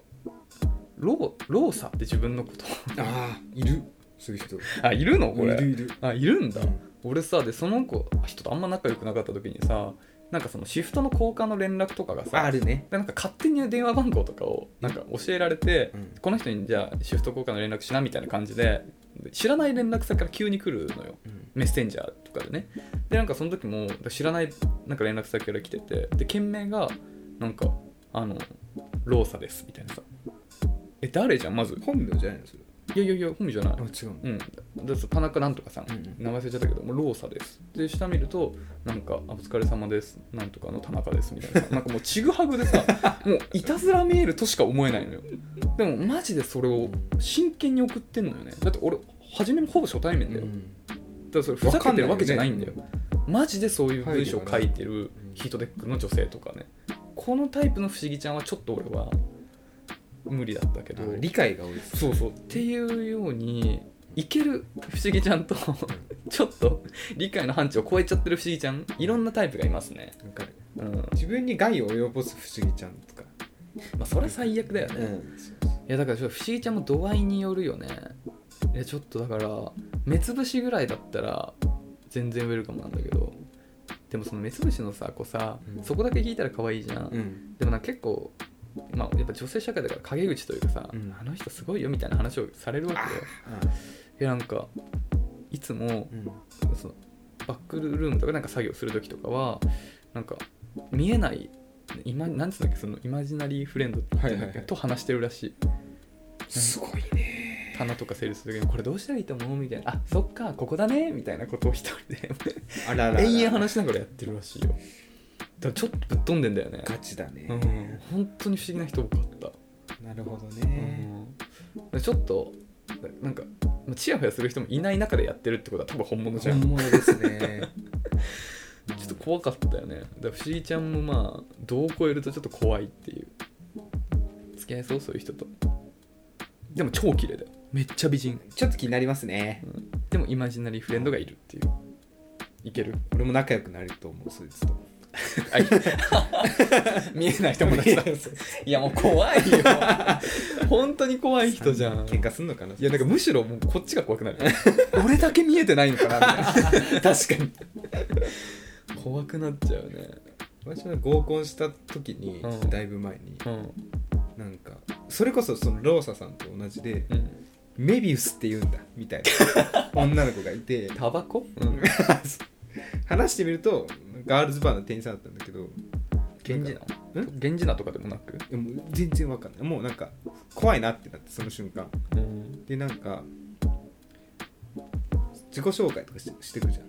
ローローサって自分のことああいるそういう人あいるのこいるれいるあいるんだうん俺さでその子人とあんま仲良くなかった時にさなんかそのシフトの交換の連絡とかがさあるねでなんか勝手に電話番号とかをなんか教えられて、うんこの人にじゃあシフト交換の連絡しなみたいな感じで知らない連絡先から急に来るのようんメッセンジャーとかでねでなんかその時も知らないなんか連絡先から来ててで件名がなんかあの「ローサです」みたいなさえ誰じゃんまず本名じゃないのそれいやいやいや本名じゃないあ違うのうん、だって田中なんとかさん、うんうん名前忘れちゃったけどもうローサですで下見るとなんか「あお疲れ様ですなんとかの田中です」みたいなさ なんかもうちぐはぐでさもういたずらメールとしか思えないのよでもマジでそれを真剣に送ってんのよねだって俺初めもほぼ初対面だよ、だからそれふざけてるわけじゃないんだよわマジでそういう文章を書いてるヒートテックの女性とかねこのタイプの不思議ちゃんはちょっと俺は無理だったけどあ理解が多いですそうそうっていうようにいける不思議ちゃんとちょっと理解の範疇を超えちゃってる不思議ちゃんいろんなタイプがいますねわかるうんま自分に害を及ぼす不思議ちゃんとかあそれ最悪だよねんいやだからちょっと不思議ちゃんも度合いによるよねえちょっとだから目つぶしぐらいだったら全然ウェルカムなんだけどでもその目つぶしのさこうさ、うんそこだけ聞いたら可愛いじゃん、うんでもなんか結構まあやっぱ女性社会だから陰口というかさ、うんあの人すごいよみたいな話をされるわけよいやなんかいつもうんそのバックルームとかなんか作業する時とかはなんか見えない今なんつうんだっけそのイマジナリーフレンドって言うんだはいっけはいはいと話してるらしいすごいね棚とかセールする時にこれどうしたらいいと思うみたいなあそっかここだねみたいなことを一人であららら永遠話しながらやってるらしいよだからちょっとぶっ飛んでんだよねガチだうねん本当に不思議な人多かったなるほどねうん、ちょっとなんかチヤホヤする人もいない中でやってるってことは多分本物じゃん本ちょ物ですねっと怖かったよねだから不思議ちゃんもまあ度を超えるとちょっと怖いっていう付き合いそうそういう人とでも超綺麗だよめっちゃ美人、 ちょっと気になりますねうんでもイマジナリーフレンドがいるっていうい ける俺も仲良くなれると思うそいつとあい 見えない人もだそうそういやもう怖いよ 本当に怖い人じゃん喧嘩すんのかないやなんかむしろもうこっちが怖くなる俺だけ見えてないのかなみ たいな 確かに怖くなっちゃうね私が合コンした時に、うんだいぶ前にうんなんかそれこそそのローサさんと同じでうんメビウスって言うんだみたい な女の子がいてタバコ うん話してみるとガールズバーの店員さんだったんだけど源氏なうん源氏なとかでもなくいやもう全然わかんないもうなんか怖いなってなってその瞬間うんでなんか自己紹介とかししてくるじゃん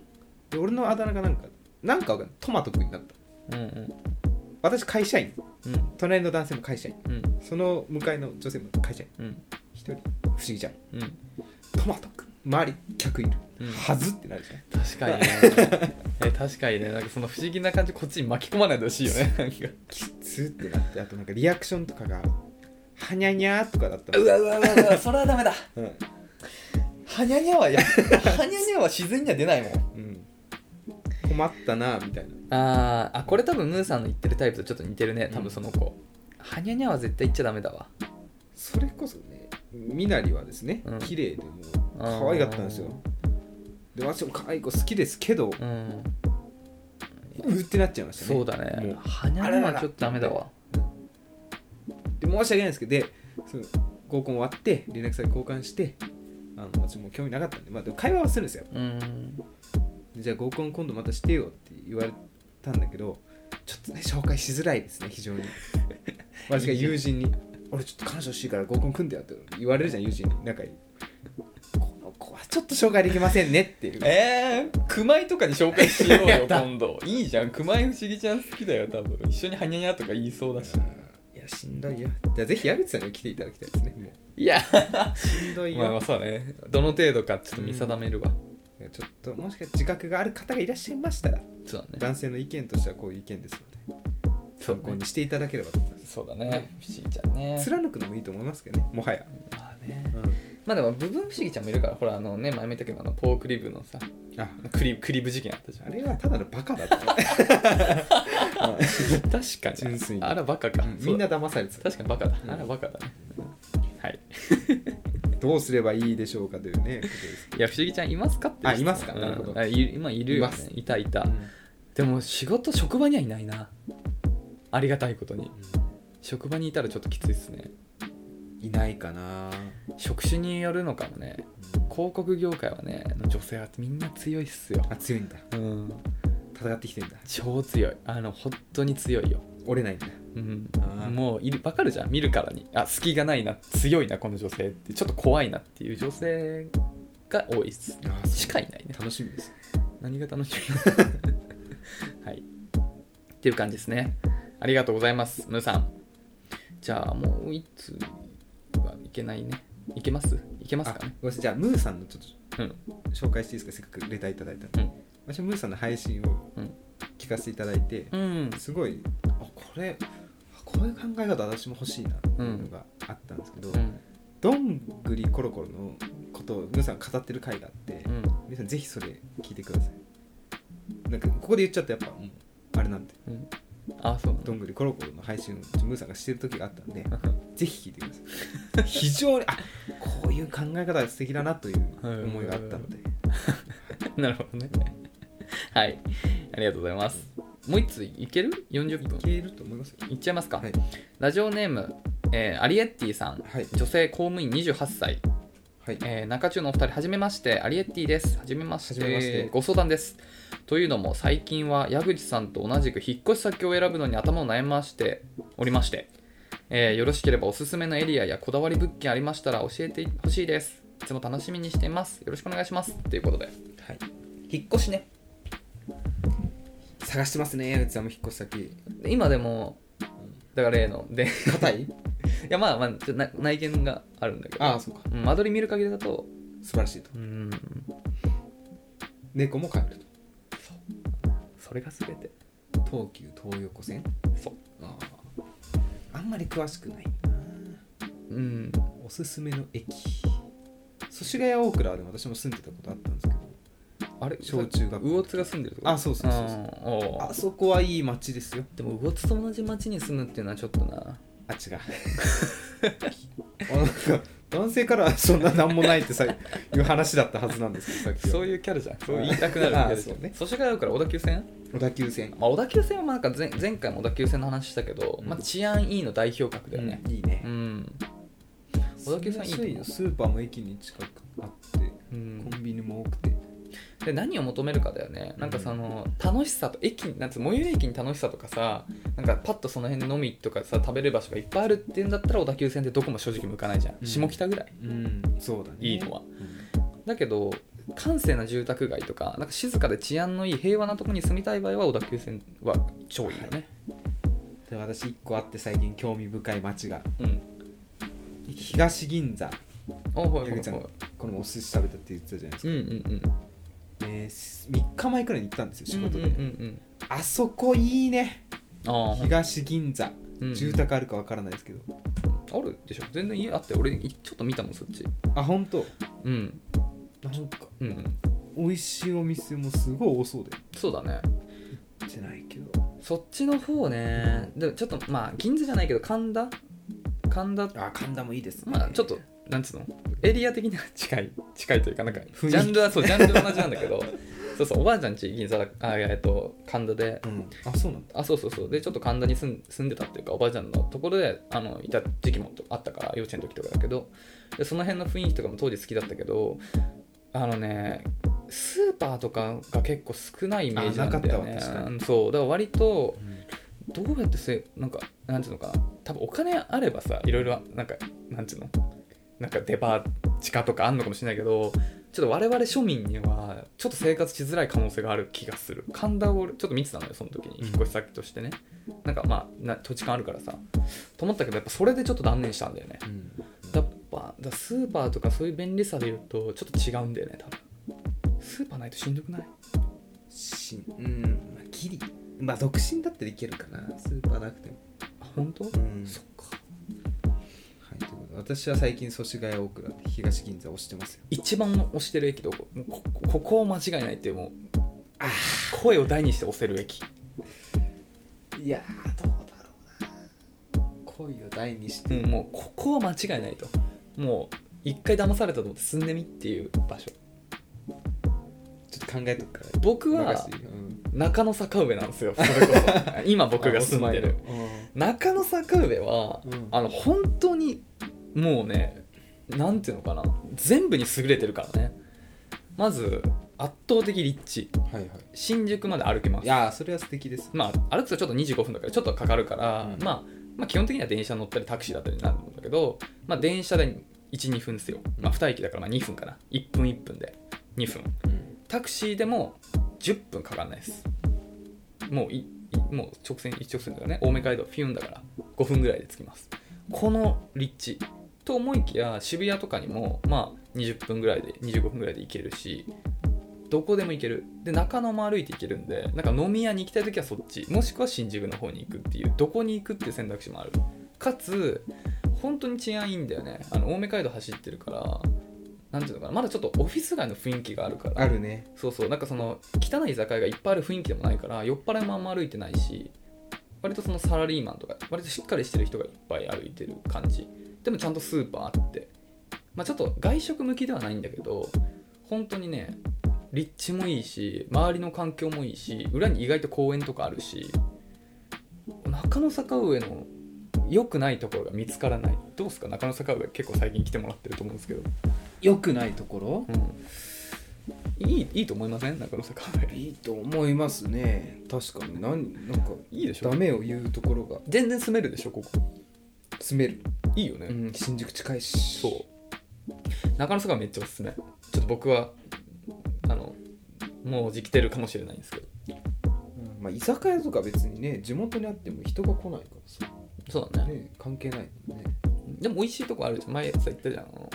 で俺のあだ名がなんかなんかわかんないトマト君になったうんうん私会社員うん隣の男性も会社員うんその向かいの女性も会社員うん一人不思議じゃんうんトマト君周り客いる、うんはずってなるじゃん確かにねえ確かにねなんかその不思議な感じこっちに巻き込まないでほしいよねなんかきつってなってあとなんかリアクションとかがはにゃにゃーとかだったのうわうわうわうわそれはダメだうんはにゃにゃはやはにゃにゃは自然には出ないもんうん、困ったなみたいなあーあこれ多分ムーさんの言ってるタイプとちょっと似てるね多分その子、はにゃにゃは絶対言っちゃダメだわそれこそねみなりはですね、うん綺麗でもう可愛かったんですよで私も可愛い子好きですけどうんうーってなっちゃいましたねそうだねもはにゃにゃはちょっとダメだわうで申し訳ないですけどでその合コン終わって連絡先交換してあの私もう興味なかったんで,、まあ、でも会話はするんですようんでじゃあ合コン今度またしてよって言われたんだけどちょっとね紹介しづらいですね非常 に私が友人に「俺ちょっと彼女欲しいから合コン組んでよ」って言われるじゃん友人に仲いいこの子はちょっと紹介できませんねっていうえー、熊井とかに紹介しよ うやよった今度いいじゃん熊井不思議ちゃん好きだよ多分一緒にはにゃにゃとか言いそうだしいやしんどいよじゃあぜひ矢口さんにも来ていただきたいですねもいやうしんどいよ、 まあまあそうだねどの程度かちょっと見定めるわ、いやちょっともしかして自覚がある方がいらっしゃいましたらそうだね男性の意見としてはこういう意見ですのでそ参う考にしていただければと思いますそうだね不思議ちゃんね貫くのもいいと思いますけどねもはや、まあねまあでも部分不思議ちゃんもいるからほらあのね前も言ったけどあのポークリブのさあクリクリブ事件あったじゃあんれはただのバカだった確かに純粋にあらバカか、うんみんな騙されてた確かにバカだ、うんあらバカだねはいどうすればいいでしょうかというねことですいや不思議ちゃんいますかってあいますかうんなるほどあい今いるよ、いますね、いたいた、でも仕事職場にはいないなありがたいことに職場にいたらちょっときついですねいないかな、職種によるのかもね広告業界はね女性はみんな強いっすよあ強いんだうん戦ってきてんだ超強いあの本当に強いよ折れないんだうんあーもういる分かるじゃん見るからにあ隙がないな強いなこの女性ってちょっと怖いなっていう女性が多いっすあしかいないね楽しみです何が楽しみ はいっていう感じですねありがとうございますムーさんじゃあもういつはいけないねいけますいけますあかねごめんなさいじゃあムーさんのちょっうんと紹介していいですかせっかくレターいただいたんで、うん私はムーさんの配信をうん聞かせていただいて、うんすごいあこれあこういう考え方私も欲しいなっていうのがあったんですけど、うんどんぐりコロコロのことをムーさんが語ってる回があって、うん皆さんぜひそれ聞いてくださいなんかここで言っちゃうとやっぱもうあれなんでうんあそうどんぐりころころの配信をムーさんがしてる時があったんでぜひ聞いてください非常にあこういう考え方が素敵だなという思いがあったので なるほどね はいありがとうございますもう一ついける40分いけると思いますよいっちゃいますか、はいラジオネーム、えーアリエッティさん、はい女性公務員28歳はいえー中中のお二人はじめましてアリエッティですはじめましてはじめましてご相談ですというのも最近は矢口さんと同じく引っ越し先を選ぶのに頭を悩ましておりまして、えーよろしければおすすめのエリアやこだわり物件ありましたら教えてほしいですいつも楽しみにしていますよろしくお願いしますということではい引っ越しね探してますね矢口さんも引っ越し先今でもだから例ので い硬いやまあまあちょな内見があるんだけどああそうかうん間取り見る限りだと素晴らしいとうん猫も帰るそれが全てと東急東横線そうあああんまり詳しくないうんおすすめの駅祖師ヶ谷大倉で私も住んでたことあったんですけどあれ小中学校魚津が住んでるとこあそうそうそうそうんおうあそこはいい街ですよでも魚津と同じ町に住むっていうのはちょっとなあ違う あなんか男性からはそんな何もないってさいう話だったはずなんですけどさっきはそういうキャラじゃんそう言いたくなるあキャラじゃそんうねそしてからから小田急線、小田急線、まあ、小田急線はまあなんか前前回も小田急線の話したけど、うんまあ、治安いいの代表格だよねうんいいねうん、小田急線いい安とい思ようスーパーも駅に近くあってうんコンビニも多くてで何を求めるかだよねなんかその楽しさと駅なんつう最寄り駅に楽しさとかさなんかパッとその辺で飲みとかさ食べれる場所がいっぱいあるっていうんだったら小田急線ってどこも正直向かないじゃん、うん下北ぐらいうんそうだねいいのうはんだけど閑静な住宅街とかなんか静かで治安のいい平和なとこに住みたい場合は小田急線は超いいよね、で私一個あって最近興味深い街がうん東銀座おほ矢いほい口さほんこのお寿司食べたって言ってたじゃないですか、いうんうんうんえー、3日前くらいに行ったんですよ仕事で、うんうんうんあそこいいねうんああ東銀座、うん住宅あるかわからないですけどあるでしょ全然家あって俺いちょっと見たもんそっちあ本当うんなんかうんうん美味しいお店もすごい多そうでそうだねじゃないけどそっちの方ねでもちょっとまあ銀座じゃないけど神田神田あ神田もいいですねまあちょっとなんつうのエリア的には近い近いというかなんかジ雰囲気ャンルはそうジャンルは同じなんだけど そうそうおばあちゃんち銀座だあえっと神田でうんあそうなんだあそうそうそうでちょっと神田に住ん住んでたっていうかおばあちゃんのところであのいた時期もあったから幼稚園の時とかだけどでその辺の雰囲気とかも当時好きだったけどあのねスーパーとかが結構少ないイメージなんだよあねなかったわ確かにうんそうだから割とうんどうやってせなんかなんていうのかな多分お金あればさいろいろなんかなんていうのなんかデパ地下とかあんのかもしれないけどちょっと我々庶民にはちょっと生活しづらい可能性がある気がする神田を俺ちょっと見てたのよその時にうん引っ越し先としてね、なんかまあな土地勘あるからさと思ったけどやっぱそれでちょっと断念したんだよねうんやっぱだスーパーとかそういう便利さで言うとちょっと違うんだよね多分スーパーないとしんどくないしうんまあギリまあ独身だったらいけるかなスーパーなくてもあ本当、んそっかはいということで私は最近祖師ヶ谷大倉で東銀座をしてますよ一番推してる駅どこもうこここを間違いないっていうもう声を大にして推せる駅いやーどうだろうな恋を大にしうて、んもうここは間違いないともう一回騙されたと思って進んでみっていう場所ちょっと考えとくから僕は任せてうん中野坂上なんです よそれこそ今僕が住んでるあお住まいの中野坂上は、うんあの本当にもうねなんていうのかな全部に優れてるからねまず圧倒的立地うんはいはい新宿まで歩けますいやーそれは素敵ですまあ、歩くとちょっと25分だからちょっとかかるから、うんまあ、まあ基本的には電車乗ったりタクシーだったりになるんだけど、まあ、電車で12分ですよ、まあ、2駅だからまあ2分かな1分1分で2分タクシーでも10分かかんないですもういいもう直線一直線だからね青梅街道フィュンだから5分ぐらいで着きますこの立地と思いきや渋谷とかにもまあ20分ぐらいで25分ぐらいで行けるしどこでも行けるで中野も歩いて行けるんでなんか飲み屋に行きたい時はそっちもしくは新宿の方に行くっていうどこに行くっていう選択肢もあるかつ本当に治安いいんだよねあの青梅街道走ってるからなんていうのかなまだちょっとオフィス街の雰囲気があるからあるねそうそうなんかその汚い居酒屋がいっぱいある雰囲気でもないから酔っ払いもあんま歩いてないし割とそのサラリーマンとか割としっかりしてる人がいっぱい歩いてる感じでもちゃんとスーパーあってまあちょっと外食向きではないんだけど本当にね立地もいいし周りの環境もいいし裏に意外と公園とかあるし中野坂上の良くないところが見つからないどうですか中野坂上結構最近来てもらってると思うんですけど、良くないところうん、いいいいと思いません中野坂上いいと思いますね確かに何なんかいいでしょダメを言うところが全然住めるでしょここ詰める、いいよね、うん、新宿近いしそう中野坂上めっちゃおすすめちょっと僕はあのもうじきてるかもしれないんですけどうんまあ、居酒屋とか別にね地元にあっても人が来ないからそうださ、ねね、関係ないもんねでも美味しいとこあるじゃん前さ言ったじゃんあの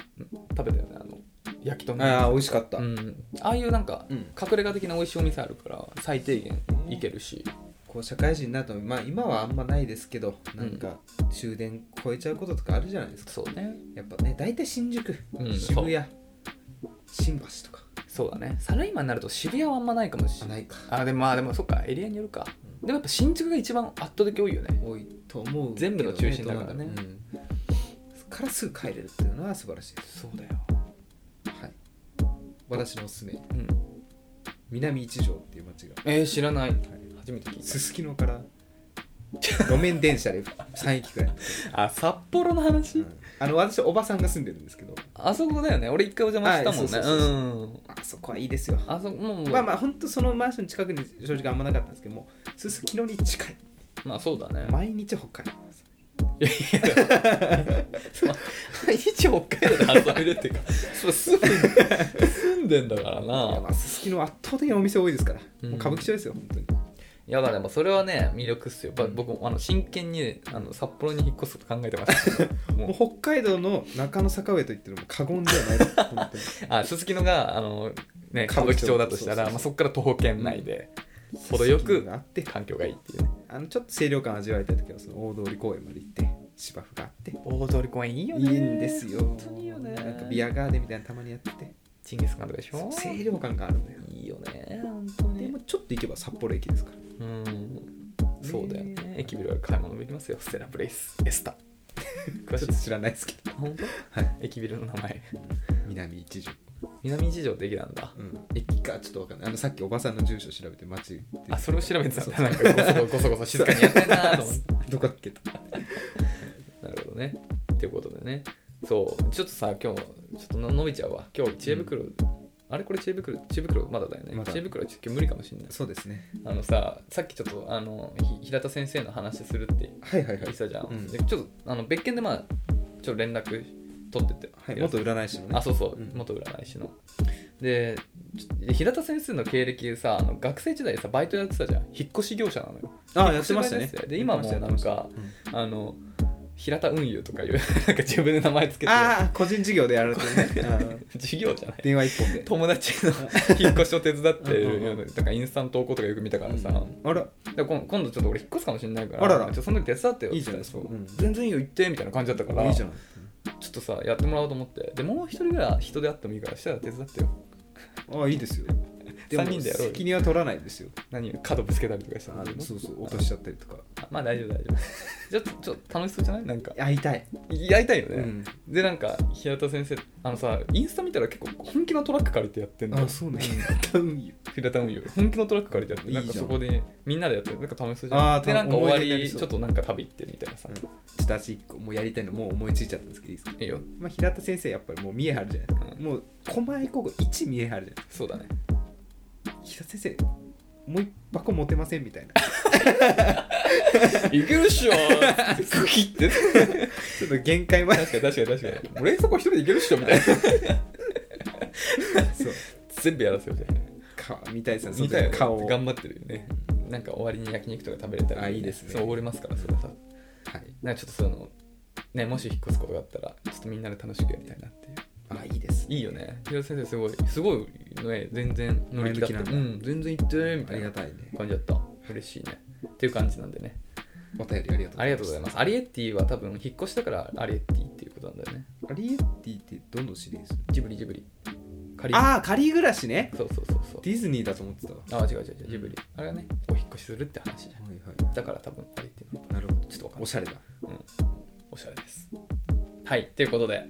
食べたよねあの焼き鳥ああ美味しかった、うん、ああいうなんかうん隠れ家的な美味しいお店あるから最低限行けるし、こう社会人になると、まあ、今はあんまないですけどなんか終電超えちゃうこととかあるじゃないですか、そうねやっぱね大体新宿、うん渋谷新橋とかそうだねサラリーマンになると渋谷はあんまないかもしあれなないいかあでもまあでもそっかエリアによるかでもやっぱ新宿が一番圧倒的多いよね多いと思うけどね、全部の中心だからねどうなんだろううんそっからすぐ帰れるっていうのは素晴らしいです、そうだよはい、私のおすすめうん南一条っていう街が、えー、知らないはい初めて聞いすすきのから路面電車で3駅くらい、たあ札幌の話、うんあの私おばさんが住んでるんですけどあそこだよね俺一回お邪魔したもんねはいそうそうそうそうんあそこはいいですよあそこもうまあまあ本当そのマンション近くに正直あんまなかったんですけどもすすきのに近いまあそうだね毎日北海道なんですよ毎日北海道で遊べるっていうかそう住んで住んでんだからいやなまあすすきの圧倒的なお店多いですから、うんもう歌舞伎町ですよ本当にいやまあでもそれはね魅力っすよば僕もあの真剣にねあの札幌に引っ越すこと考えてま したももうう北海道の中野坂上と言ってるも過言で はないです本当にあすすきのがあの、ね、歌歌舞舞伎町伎町だとしたらそうそうそうまあ、そこから徒歩圏内で程よくすすきのがあって環境がいいっていうねあのちょっと清涼感味わいたい時はその大通公園まで行って芝生があって大通公園いいいいんですよ本当にいいよねなんかビアガーデンみたいなのたまにやっててチンギスカンとかでしそょう清涼感があるのよいいよね本当でにもちょっと行けば札幌駅ですからうんそうだよね駅ビルは買い物できますよステラプレイス エスタ詳ちょしいっと知らないですけど本当はい駅ビルの名前南一条南一条で駅なんだうん駅かちょっとわかんないあのさっきおばさんの住所調べて街ってあそれを調べてたんそうだなんかごそごそごそごそ静かにやってんなと思ってどこだっけとなるほどねっていうことでねそうちょっとさ今日ちょっとの伸びちゃうわ今日知恵袋、あれこれ知恵袋知恵袋まだだよね、まだ知恵袋はちょっと今日無理かもしれないそうですねあのささっきちょっとあのひ平田先生の話するってはいはいは言っいてたじゃん、うんでちょっとあの別件でまあちょっと連絡取ってて、はい元占い師のねあそうそう、うん元占い師のでちょで平田先生の経歴さあの学生時代さバイトやってたじゃん引っ越し業者なのよあやってましたねで今もうなんかあの平田運輸とかいう なんか自分で名前つけてああ個人事業でやられて るね授業じゃなあーい電話一本で友達の 引っ越しを手伝ってうんうんうるなんかインスタの投稿とかよく見たからさ、あらで今今度ちょっと俺引っ越すかもしれないからあららちょっとその時手伝ってよいいじゃないですかそううん全然いいよ行ってみたいな感じだったからいいじゃないちょっとさやってもらおうと思ってでもう一人ぐらい人であってもいいからしたら手伝ってよああいいですよで三人でやろうよ責任は取らないですよ何角ぶつけたりとかしたあののそうそう落としちゃったりとかあまあ大丈夫大丈夫 ちょっとちょっと楽しそうじゃないなんか会いたい、やりたいよね、うん、でなんか平田先生あのさインスタ見たら結構本気のトラック借りてやってんのあそうね多分いいよ平田運輸本気のトラック借りてやっていいじゃなんんかそこでみんなでやってなんか楽しそうじあゃーんたでなんか終わ思い出になりりそうちょっとなんか旅行ってみたいなさ、うんちょっと私一個もうやりたいのもう思いついちゃったんですけどいいですか、いいよまあ、平田先生やっぱりもう見え張るじゃないですか、うもう狛江高校1見え張るじゃないそうだね平田先生もう一箱持てませんみたい ないけるっしょー クキってちょっと限界まで確かに確かに確かにもう冷蔵庫一人でいけるっしょみたい なそう全部やらせよみたいなか見たいですね見たいよね顔を頑張ってるよねなんか終わりに焼肉とか食べれたらあいいですねそうおごりますからそれはさはいなんかちょっとそういうのねもし引っ越すことがあったらちょっとみんなで楽しくやりたいなっていうあいいですいいよね平田先生すごいすごいね全然乗り気だっ前向きたなんだうん全然行ってねみあたいりながたいね感じだった嬉しいねっていう感じなんでねお便りありがとうありがとうございますアリエッティは多分引っ越しだからアリエッティっていうことなんだよねアリエッティってどのシリーズジブリジブリカリああ仮暮らしねそうそうそうそうディズニーだと思ってたわあ違う違う違うジブリあれはねお引っくするって話じゃんはいはだから多分あれっていうのいなるほどちょっとわかんおないしゃれだあおしゃれです。はい、ということで、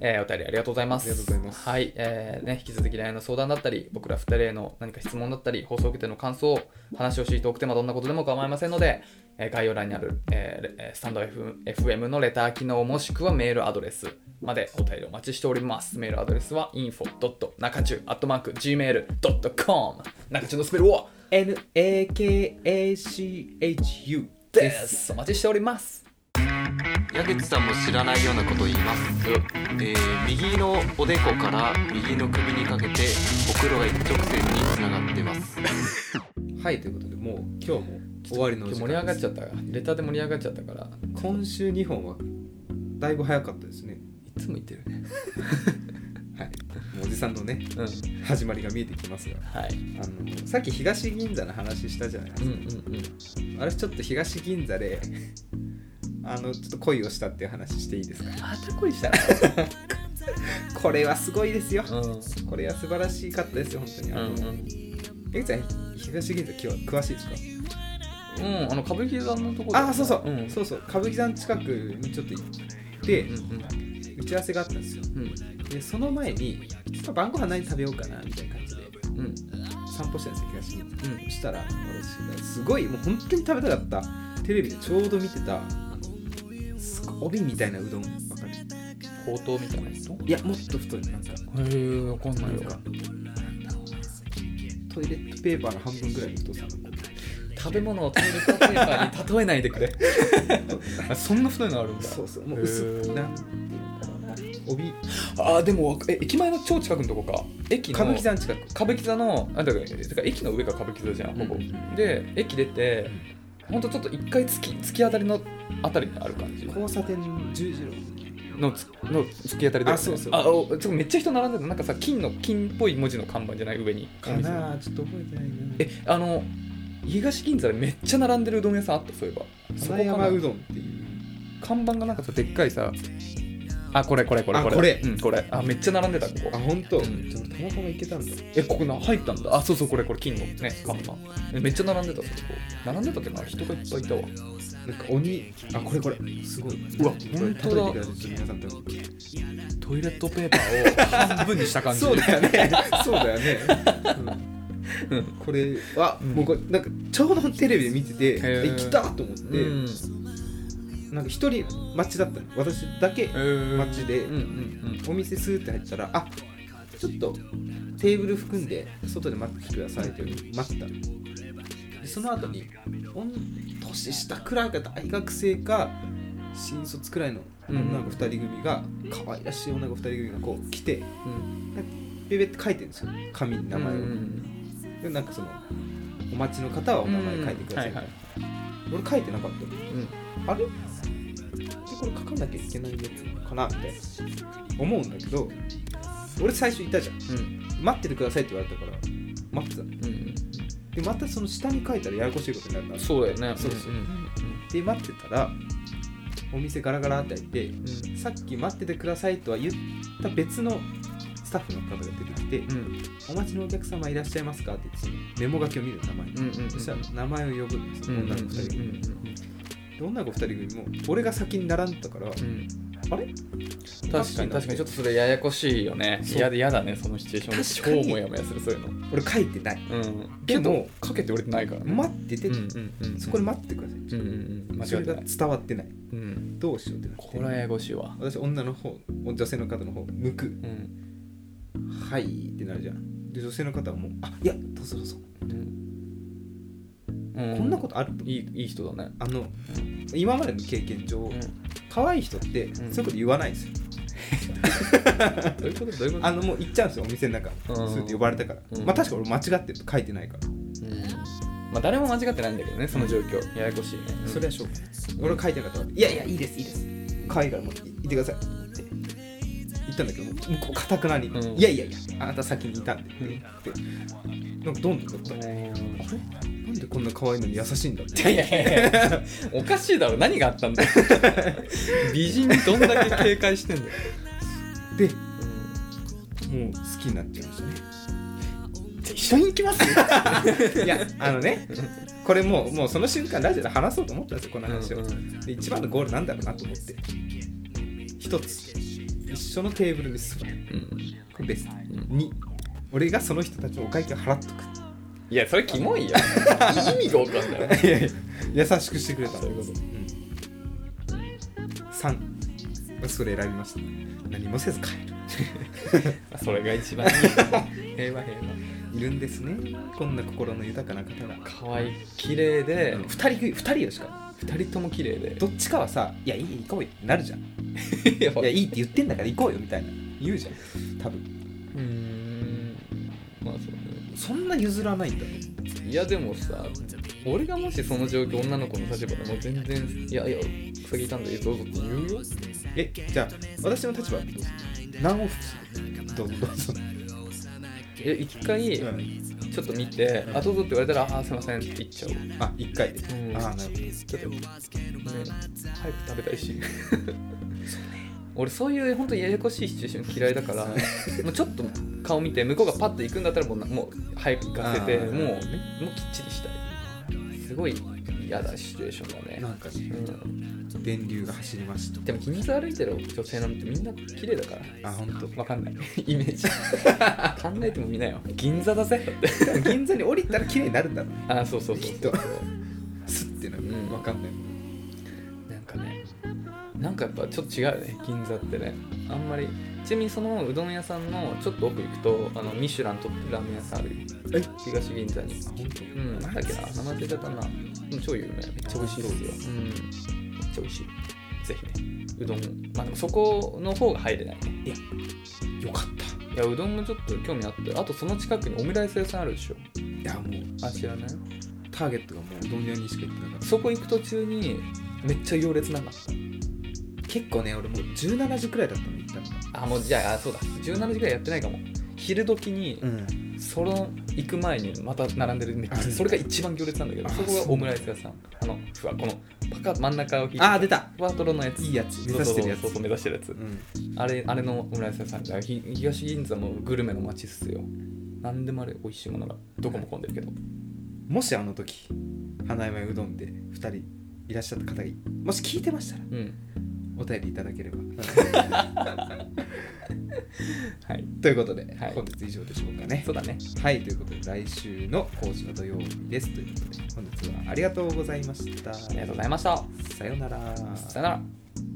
えーお便りありがとうございまあす。りがとうございますはい、えーね、引き続き恋愛の相談だったり、僕ら2人への何か質問だったり、放送を受けての感想、話をしいトークテーマ、どんなことでも構いませんので、えー概要欄にある、えーレえースタンド F- FM のレター機能、もしくはメールアドレスまでお便りお待ちしております。メールアドレスは info.nakachu.gmail.com 中中のスペルを NAKACHU でですす。お待ちしております。矢口さんも知らないようなことを言います、えー右のおでこから右の首にかけてほくろが一直線につながってます はいということでもう今日も終わりのお今日時盛り上間がっでちすゃったから、レターで盛り上がっちゃったから、今週2本はだいぶ早かったですねいつも言ってるね。はいもうおじさんのねうん。始まりが見えてきますがはい。あのさっき東銀座の話したじゃないですうんか、うんうん。私ちょっと東銀座であのちょっと恋をしたっていう話していいですかまた恋したら。これはすごいですようん。これは素晴らしかったですよ本当にあの、うんえぐちゃん東銀座きわ詳しいですかうん。うん、あの歌舞伎座のとこだよああそうそう、うん。そうそう歌舞伎座の近くにちょっと行ってうんうん打ち合わせがあったんですようんでその前にちょっと晩ご飯何食べようかなみたいな感じでうん散歩してたんですよ東銀座そしたら私がすごいもう本当に食べたかったテレビでちょうど見てたすごい帯みたいなうどんわかるほうとうみたいなやつへいやもっと太いのなんかえわかんなないいよよトイレットペーパーの半分ぐらいの太さの食べ物をトイレットペーパーに例えないでくれあそんな太いのあるんだそうそうもう薄へくーな帯あーでもわかえ駅前の超近くのとこか駅の歌舞伎座の近く歌舞伎座のあだからてか駅の上が歌舞伎座じゃんほぼ、うんうんうんで駅出てほんとちょっと一回突き突き当たりのあたりにある感じ交差点十字路のつの突き当たりだよねあそうそうあおちょめっちゃ人並んでるなんかさ金の金っぽい文字の看板じゃない上にかなちょっと覚えてないなえあの東銀座でめっちゃ並んでるうどん屋さんあったそういえばそこ花かな山うどんっていう看板がなんかさでっかいさあこれこれこれあこれこれうん、これあめっちゃ並んでたこあこ本当。うんじゃあ俺たまたま行けたんだえここな入ったんだあそうそうこれこれ金のね看板えめっちゃ並んでたそこ並んでたってな人がいっぱいいたわなんか鬼あこれこれすごいうわこ本れ当だ叩いてくださいちょっと皆さん多分トイレットペーパーを半分にした感 じそうだよねそうだよね、うんこれあ、うんもうこれなんかちょうどテレビで見ててーえ来たと思って、うん、なんか一人待ちだったの私だけえー待ちでうんうんうんお店スーって入ったらあちょっとテーブル含んで外で待ってくださいって待ったのでその後におん年下くらいか大学生か新卒くらいの女の子2人組が、可愛らしい女の子2人組がこう来てうんベベって書いてるんですよ紙に名前を、うんでなんかそのお待ちの方はお名前書いてください、うんはいはい俺書いてなかったのうんあれでこれ書かなきゃいけないやつかなみたいな思うんだけど俺最初いたじゃんうん待っててくださいって言われたから待ってたのうんでまたその下に書いたらややこしいことになるからそうだよねそうそうんで待ってたらお店ガラガラって開いてさっき待っててくださいとは言った別のスタッフの方が出てきてうんうん「お待ちのお客様いらっしゃいますか?」って言ってそのメモ書きを見る名前にうんうんうんそしたら名前を呼ぶんですうよんうん女の子2人組で女の子2人組も俺が先に並んでたからうんあれ確かに確かにちょっとそれややこしいよねそう嫌で嫌だねそのシチュエーション確かに超モヤモヤするそういうの俺書いてないうんでもけどかけて俺れてないからね待ってて、うんうんうんそこで待っててください、うんうんうん間違それってがない伝わってないうんどうしようってなってこれはややこしいわ私女の方女性の方の方向くうんはいってなるじゃんで女性の方はもうあいやどうぞどうぞ、うんこんなことあるいいいい人だねあの今までの経験上、うん可愛い人ってそういうこと言わないんですよ、どういうことどういうことあのもう行っちゃうんですよお店の中うんそうやって呼ばれたから、うんまあ確か俺間違ってると書いてないから、うんまあ誰も間違ってないんだけどねその状況ややこしいねそれはしょうがない俺は書いてなかったからいやいやいいですいいです可愛いからもういいてくださいって言ったんだけどもう向こうかたくなに、うんいやいやいやあなた先にいたんでって言って、なんかどんどんうあれんなんでこんな可愛いのに優しいんだっいてやいやいやおかしいだろ何があった んだよ美人にどんだけ警戒してんだよ、でもう好きになっちゃいましたねうん一緒に行きますいやあのねこれもうもうその瞬間ラジオで話そうと思ったんですよこの話を、で一番のゴールなんだろうなと思って一つ一緒のテーブルに座るこれです2俺がその人たちのお会計を払っといやそれキモいよ意味が分かんないく いやいや優しくしてくれたそういうこと3それ選びました何もせず帰るそれが一番いい平和平和いるんですねこんな心の豊かな方が可愛い綺麗で2人く二人よしかも二人とも綺麗でどっちかはさ「いやいい行こうよ」ってなるじゃん「い やいやいいって言ってんだから行こうよ」みたいな言うじゃん多分うーんまあそうねそんな譲らないんだねいやでもさ俺がもしその状況女の子の立場でもう全然いやいや草木いたんだよどうぞって言うよえじゃあ私の立場はどうぞ何往復するどうぞどうぞ、え一回ちょっと見てあどうぞって言われたらあーすいませんって言っちゃうあ一回で、うんああなるほどちょっとね早く食べたいし俺そういう本当にややこしいシチュエーション嫌いだからもうちょっと顔見て向こうがパッと行くんだったらもうなもう早く行かせてあーもうもうきっちりしたいすごい嫌だシチュエーションだねなんかねうん電流が走りましたでも筋肉歩いてる女性なんてみんな綺麗だからあ本当。わかんない イメージ考えてもみなよ銀座だぜだって銀座に降りたら綺麗になるんだろうあーそうそうそうきっとスッてなるうんわかんないなんかねなんかやっぱちょっと違うよね銀座ってねあんまりちなみにそのうどん屋さんのちょっと奥行くとあのミシュランとラーメン屋さんあるえ東銀座にあ本当。うんなんだっけな名前出ちゃったなうん超有名めっちゃ美味しいですようんめっちゃ美味しいぜひねうどんまあでもそこの方が入れないねよかったいやうどんもちょっと興味あってあとその近くにオムライス屋さんあるでしょいやもうあ知らないターゲットがもううどん屋にしか行ってなかっそこ行く途中にめっちゃ行列なんだた結構ね俺もう17時くらいだったの行ったのあもうじゃああそうだ17時ぐらいやってないかも昼時にうんその行く前にまた並んでるめっちゃあそれが一番行列なんだけどあそこがオムライス屋さんあのふわこのパカッ真ん中を引いてあー出たふわとろのやついいやつ目指してるやつそうそうそうそう目指してるやつうんあれあれのオムライス屋さんがひ東銀座のグルメの街っすよ何でもあれ美味しいものがどこも混んでるけどもしあの時花山うどんで2人いらっしゃった方がもし聞いてましたらうんお便りいただければ はいということで、はい本日以上でしょうかねそうだねはいということで来週の「講師の土曜日」ですということで本日はありがとうございましたありがとうございましたさようならさよなら